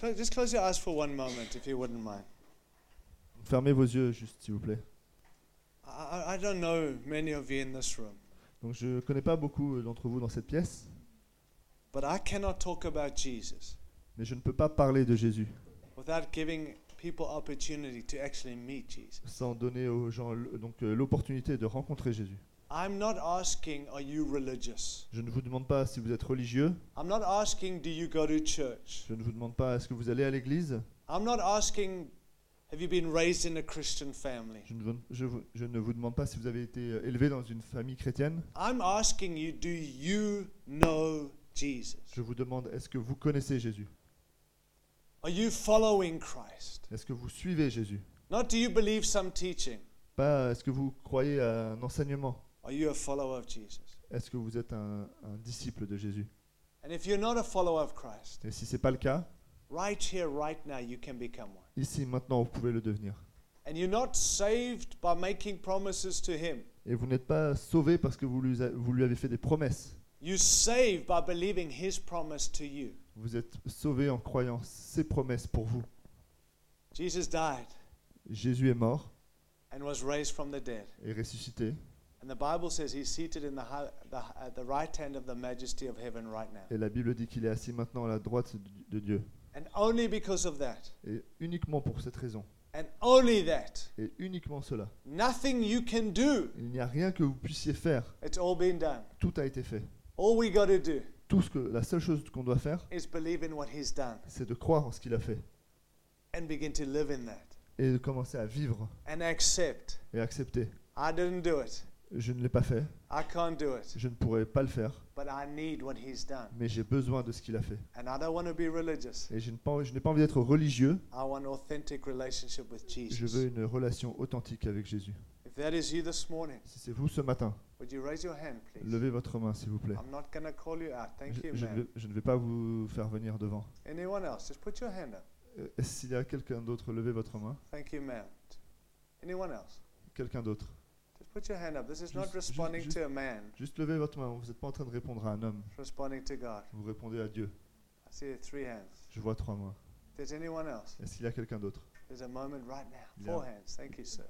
A: Clo- Just close your eyes for one moment, if you wouldn't mind.
B: Fermez vos yeux juste, s'il vous plaît.
A: I, I- I don't know many of you in this room,
B: Donc je ne connais pas beaucoup euh, d'entre vous dans cette pièce,
A: but I cannot talk about Jesus
B: mais je ne peux pas parler de Jésus
A: without giving people opportunity to actually meet Jesus.
B: sans donner aux gens l- donc euh, l'opportunité de rencontrer Jésus.
A: I'm not asking, are you religious?
B: Je ne vous demande pas si vous êtes religieux,
A: I'm not asking, do you go to church?
B: je ne vous demande pas est-ce que vous allez à l'église,
A: I'm not asking, have you been raised in a Christian family?
B: je ne, vous- je vous- je ne vous demande pas si vous avez été euh, élevé dans une famille chrétienne,
A: I'm asking you, do you know Jesus?
B: je vous demande est-ce que vous connaissez Jésus,
A: Are you following Christ?
B: est-ce que vous suivez Jésus,
A: Not do you believe some teaching?
B: pas euh, est-ce que vous croyez à un enseignement,
A: Are you a follower of Jesus?
B: est-ce que vous êtes un- un disciple de Jésus
A: And if you're not a follower of Christ,
B: Et si ce n'est pas le cas,
A: right here, right now, you can become one.
B: ici maintenant vous pouvez le devenir.
A: And you're not saved by making promises to Him.
B: Et vous n'êtes pas sauvé parce que vous lui, a- vous lui avez fait des promesses.
A: You're saved by believing His promise to you.
B: Vous êtes sauvé en croyant ses promesses pour vous.
A: Jesus died
B: Jésus est mort
A: and was raised from the dead.
B: et ressuscité.
A: And the Bible says He's seated in the, hi- the at the right hand of the Majesty of heaven right now.
B: Et la Bible dit qu'il est assis maintenant à la droite du- de Dieu.
A: And only because of that,
B: Et uniquement pour cette raison.
A: and only that,
B: Et uniquement cela.
A: nothing you can do.
B: Il n'y a rien que vous puissiez faire.
A: It's all been done.
B: Tout a été fait.
A: All we got to do
B: Tout ce que, la seule chose qu'on doit faire,
A: is believe in what He's done
B: c'est de croire en ce qu'il a fait.
A: and begin to live in that
B: Et de commencer à vivre
A: and accept.
B: et accepter.
A: I didn't do it.
B: Je ne l'ai pas fait.
A: I can't do it.
B: Je ne pourrais pas le faire.
A: But I need what He's done.
B: Mais j'ai besoin de ce qu'il a fait.
A: And I don't want to be religious.
B: Et je n'ai pas, je n'ai pas envie d'être religieux.
A: I want authentic relationship with
B: Je veux
A: Jesus.
B: une relation authentique avec Jésus.
A: If that is you this morning,
B: Si c'est vous ce matin,
A: would you raise your hand, please?
B: levez votre main, s'il vous plaît.
A: I'm not going to call you out. Thank
B: Je,
A: you,
B: je ne
A: man.
B: vais, je ne vais pas vous faire venir devant.
A: Anyone else? Just put your hand up.
B: Euh, S'il y a quelqu'un d'autre, levez votre main.
A: Thank you, ma'am. Anyone else?
B: Quelqu'un d'autre.
A: Just put your hand up. This is not
B: Juste- juste-
A: responding
B: juste-
A: to a man,
B: Juste levez votre main. Vous n'êtes pas en train de répondre à un homme.
A: it's responding to God.
B: Vous répondez à Dieu.
A: I see three hands.
B: Je vois trois mains.
A: If there's anyone else,
B: Est-ce qu'il y a quelqu'un d'autre
A: there's a moment right now.
B: Yeah.
A: Four hands. Thank you, sir.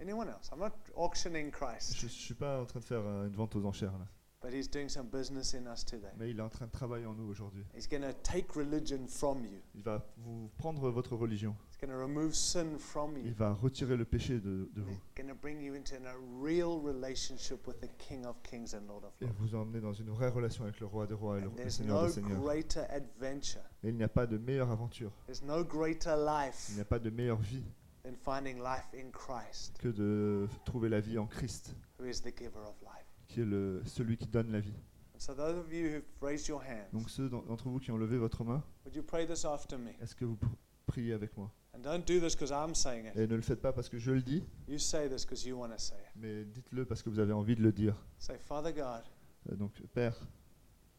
A: Anyone else? I'm not auctioning Christ,
B: Je ne suis pas en train de faire euh, une vente aux enchères. Là.
A: but he's doing some business in us today.
B: Mais il est en train de travailler en nous aujourd'hui.
A: He's going to take religion from you.
B: Il va vous prendre votre religion.
A: It's going to remove sin from
B: Il
A: you.
B: va retirer le péché de, de vous.
A: It's going to bring you into a real relationship with the King of Kings and Lord of
B: Et
A: Lords.
B: vous emmener dans une vraie relation avec le roi des rois et le,
A: And
B: le
A: there's
B: seigneur
A: no
B: des seigneurs.
A: greater adventure,
B: Et il n'y a pas de meilleure aventure.
A: there's no greater life
B: Il n'y a pas de meilleure vie
A: than finding life in Christ,
B: que de trouver la vie en Christ,
A: who is the giver of life.
B: qui est le, celui qui donne la vie.
A: And so, those of you who've raised your hands,
B: Donc ceux d'en- d'entre vous qui ont levé votre main,
A: would you pray this after me?
B: est-ce que vous pr- priez avec moi
A: And don't do this because I'm saying it.
B: Et ne le faites pas parce que je le dis,
A: You say this because you want to say it.
B: mais dites-le parce que vous avez envie de le dire.
A: Say, Father God,
B: Euh, Donc Père,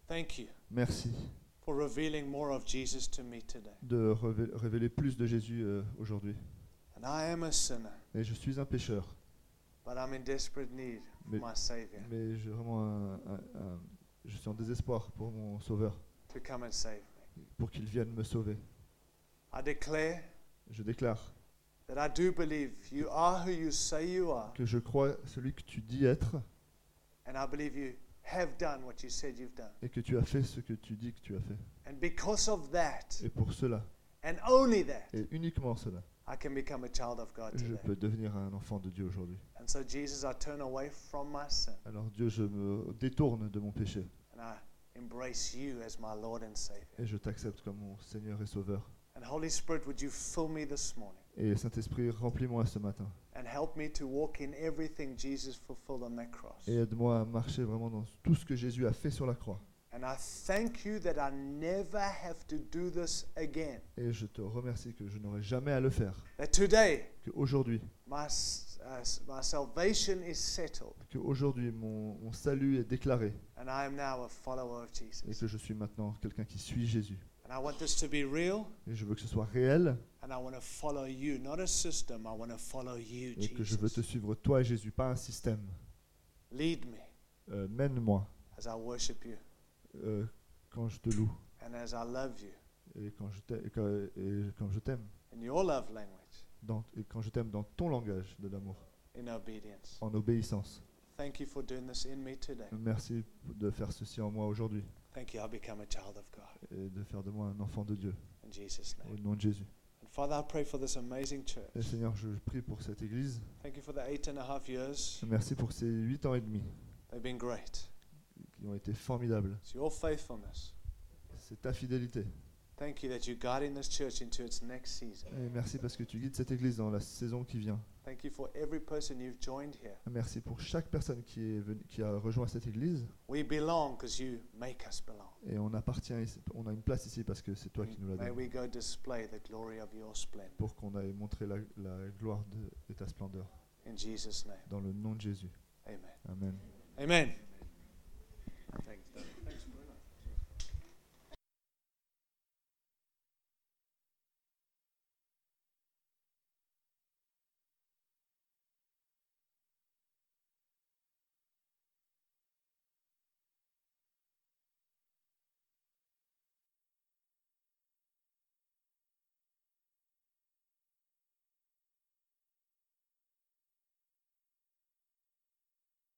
A: thank you
B: merci
A: for revealing more of Jesus to me today.
B: de revé- révéler plus de Jésus euh, aujourd'hui.
A: And I am a sinner,
B: Et je suis un pécheur,
A: but I'm in desperate need
B: Mais-
A: of my Savior
B: mais j'ai vraiment un- un- un- je suis en désespoir pour mon Sauveur,
A: to come and save me.
B: pour qu'il vienne me sauver.
A: I declare
B: Je déclare
A: that I do believe you are who you say you are,
B: que je crois celui que tu dis être
A: and I believe you have done what you said you've done.
B: et que tu as fait ce que tu dis que tu as fait.
A: And because of that,
B: Et pour cela,
A: and only that,
B: et uniquement cela,
A: I can become a child of God
B: je
A: today.
B: peux devenir un enfant de Dieu aujourd'hui.
A: And so, Jesus, I turn away from my sin
B: Alors Dieu, je me détourne de mon péché
A: and I embrace you as my Lord and Savior.
B: et je t'accepte comme mon Seigneur et Sauveur.
A: And Holy Spirit, would you fill me this morning
B: Et Saint-Esprit, remplis-moi ce matin
A: and help me to walk in everything Jesus fulfilled on that cross.
B: et aide-moi à marcher vraiment dans tout ce que Jésus a fait sur la croix.
A: And I thank you that I never have to do this again.
B: Et je te remercie que je n'aurai jamais à le faire,
A: That today,
B: que aujourd'hui,
A: my, s- uh, s- my salvation is settled
B: que aujourd'hui mon, mon salut est déclaré
A: and I am now a follower of
B: et
A: Jesus.
B: que je suis maintenant quelqu'un qui suit Jésus.
A: And I want this to be real
B: Et je veux que ce soit réel
A: and I want to follow you, not a system. I want to follow you,
B: et que je veux te
A: Jesus.
B: suivre toi et Jésus, pas un système.
A: Lead me
B: Euh, Mène-moi
A: as I worship you
B: euh, quand je te loue.
A: and as I love you
B: et quand je t'ai- et quand- et quand je t'aime
A: in your love language,
B: dans- et quand je t'aime dans ton langage de l'amour
A: in obedience.
B: en obéissance
A: Thank you for doing this in me today.
B: Mm. merci de faire ceci en moi aujourd'hui
A: Thank you. I become a child of God
B: et de faire de moi un enfant de Dieu
A: in Jesus'
B: au
A: name.
B: nom de Jésus
A: And Father, I pray for this amazing
B: et
A: church.
B: Seigneur je prie pour cette église
A: Thank you for the eight and a half years.
B: merci pour ces huit ans et demi
A: They've been great.
B: qui ont été formidables
A: It's your faithfulness.
B: c'est ta fidélité
A: Thank you that you're guiding this church into its next season.
B: et merci parce que tu guides cette église dans la saison qui vient
A: Thank you for every person you've joined here.
B: merci pour chaque personne qui, est venue- qui a rejoint cette église
A: We belong because you make us belong.
B: et on appartient ici- on a une place ici parce que c'est toi qui nous l'as
A: May
B: donnée
A: we go display the glory of your splendor.
B: pour qu'on aille montrer la, la gloire de- de ta splendeur
A: In Jesus' name,
B: dans le nom de Jésus
A: amen.
B: Amen.
A: Amen. Thanks, Doug.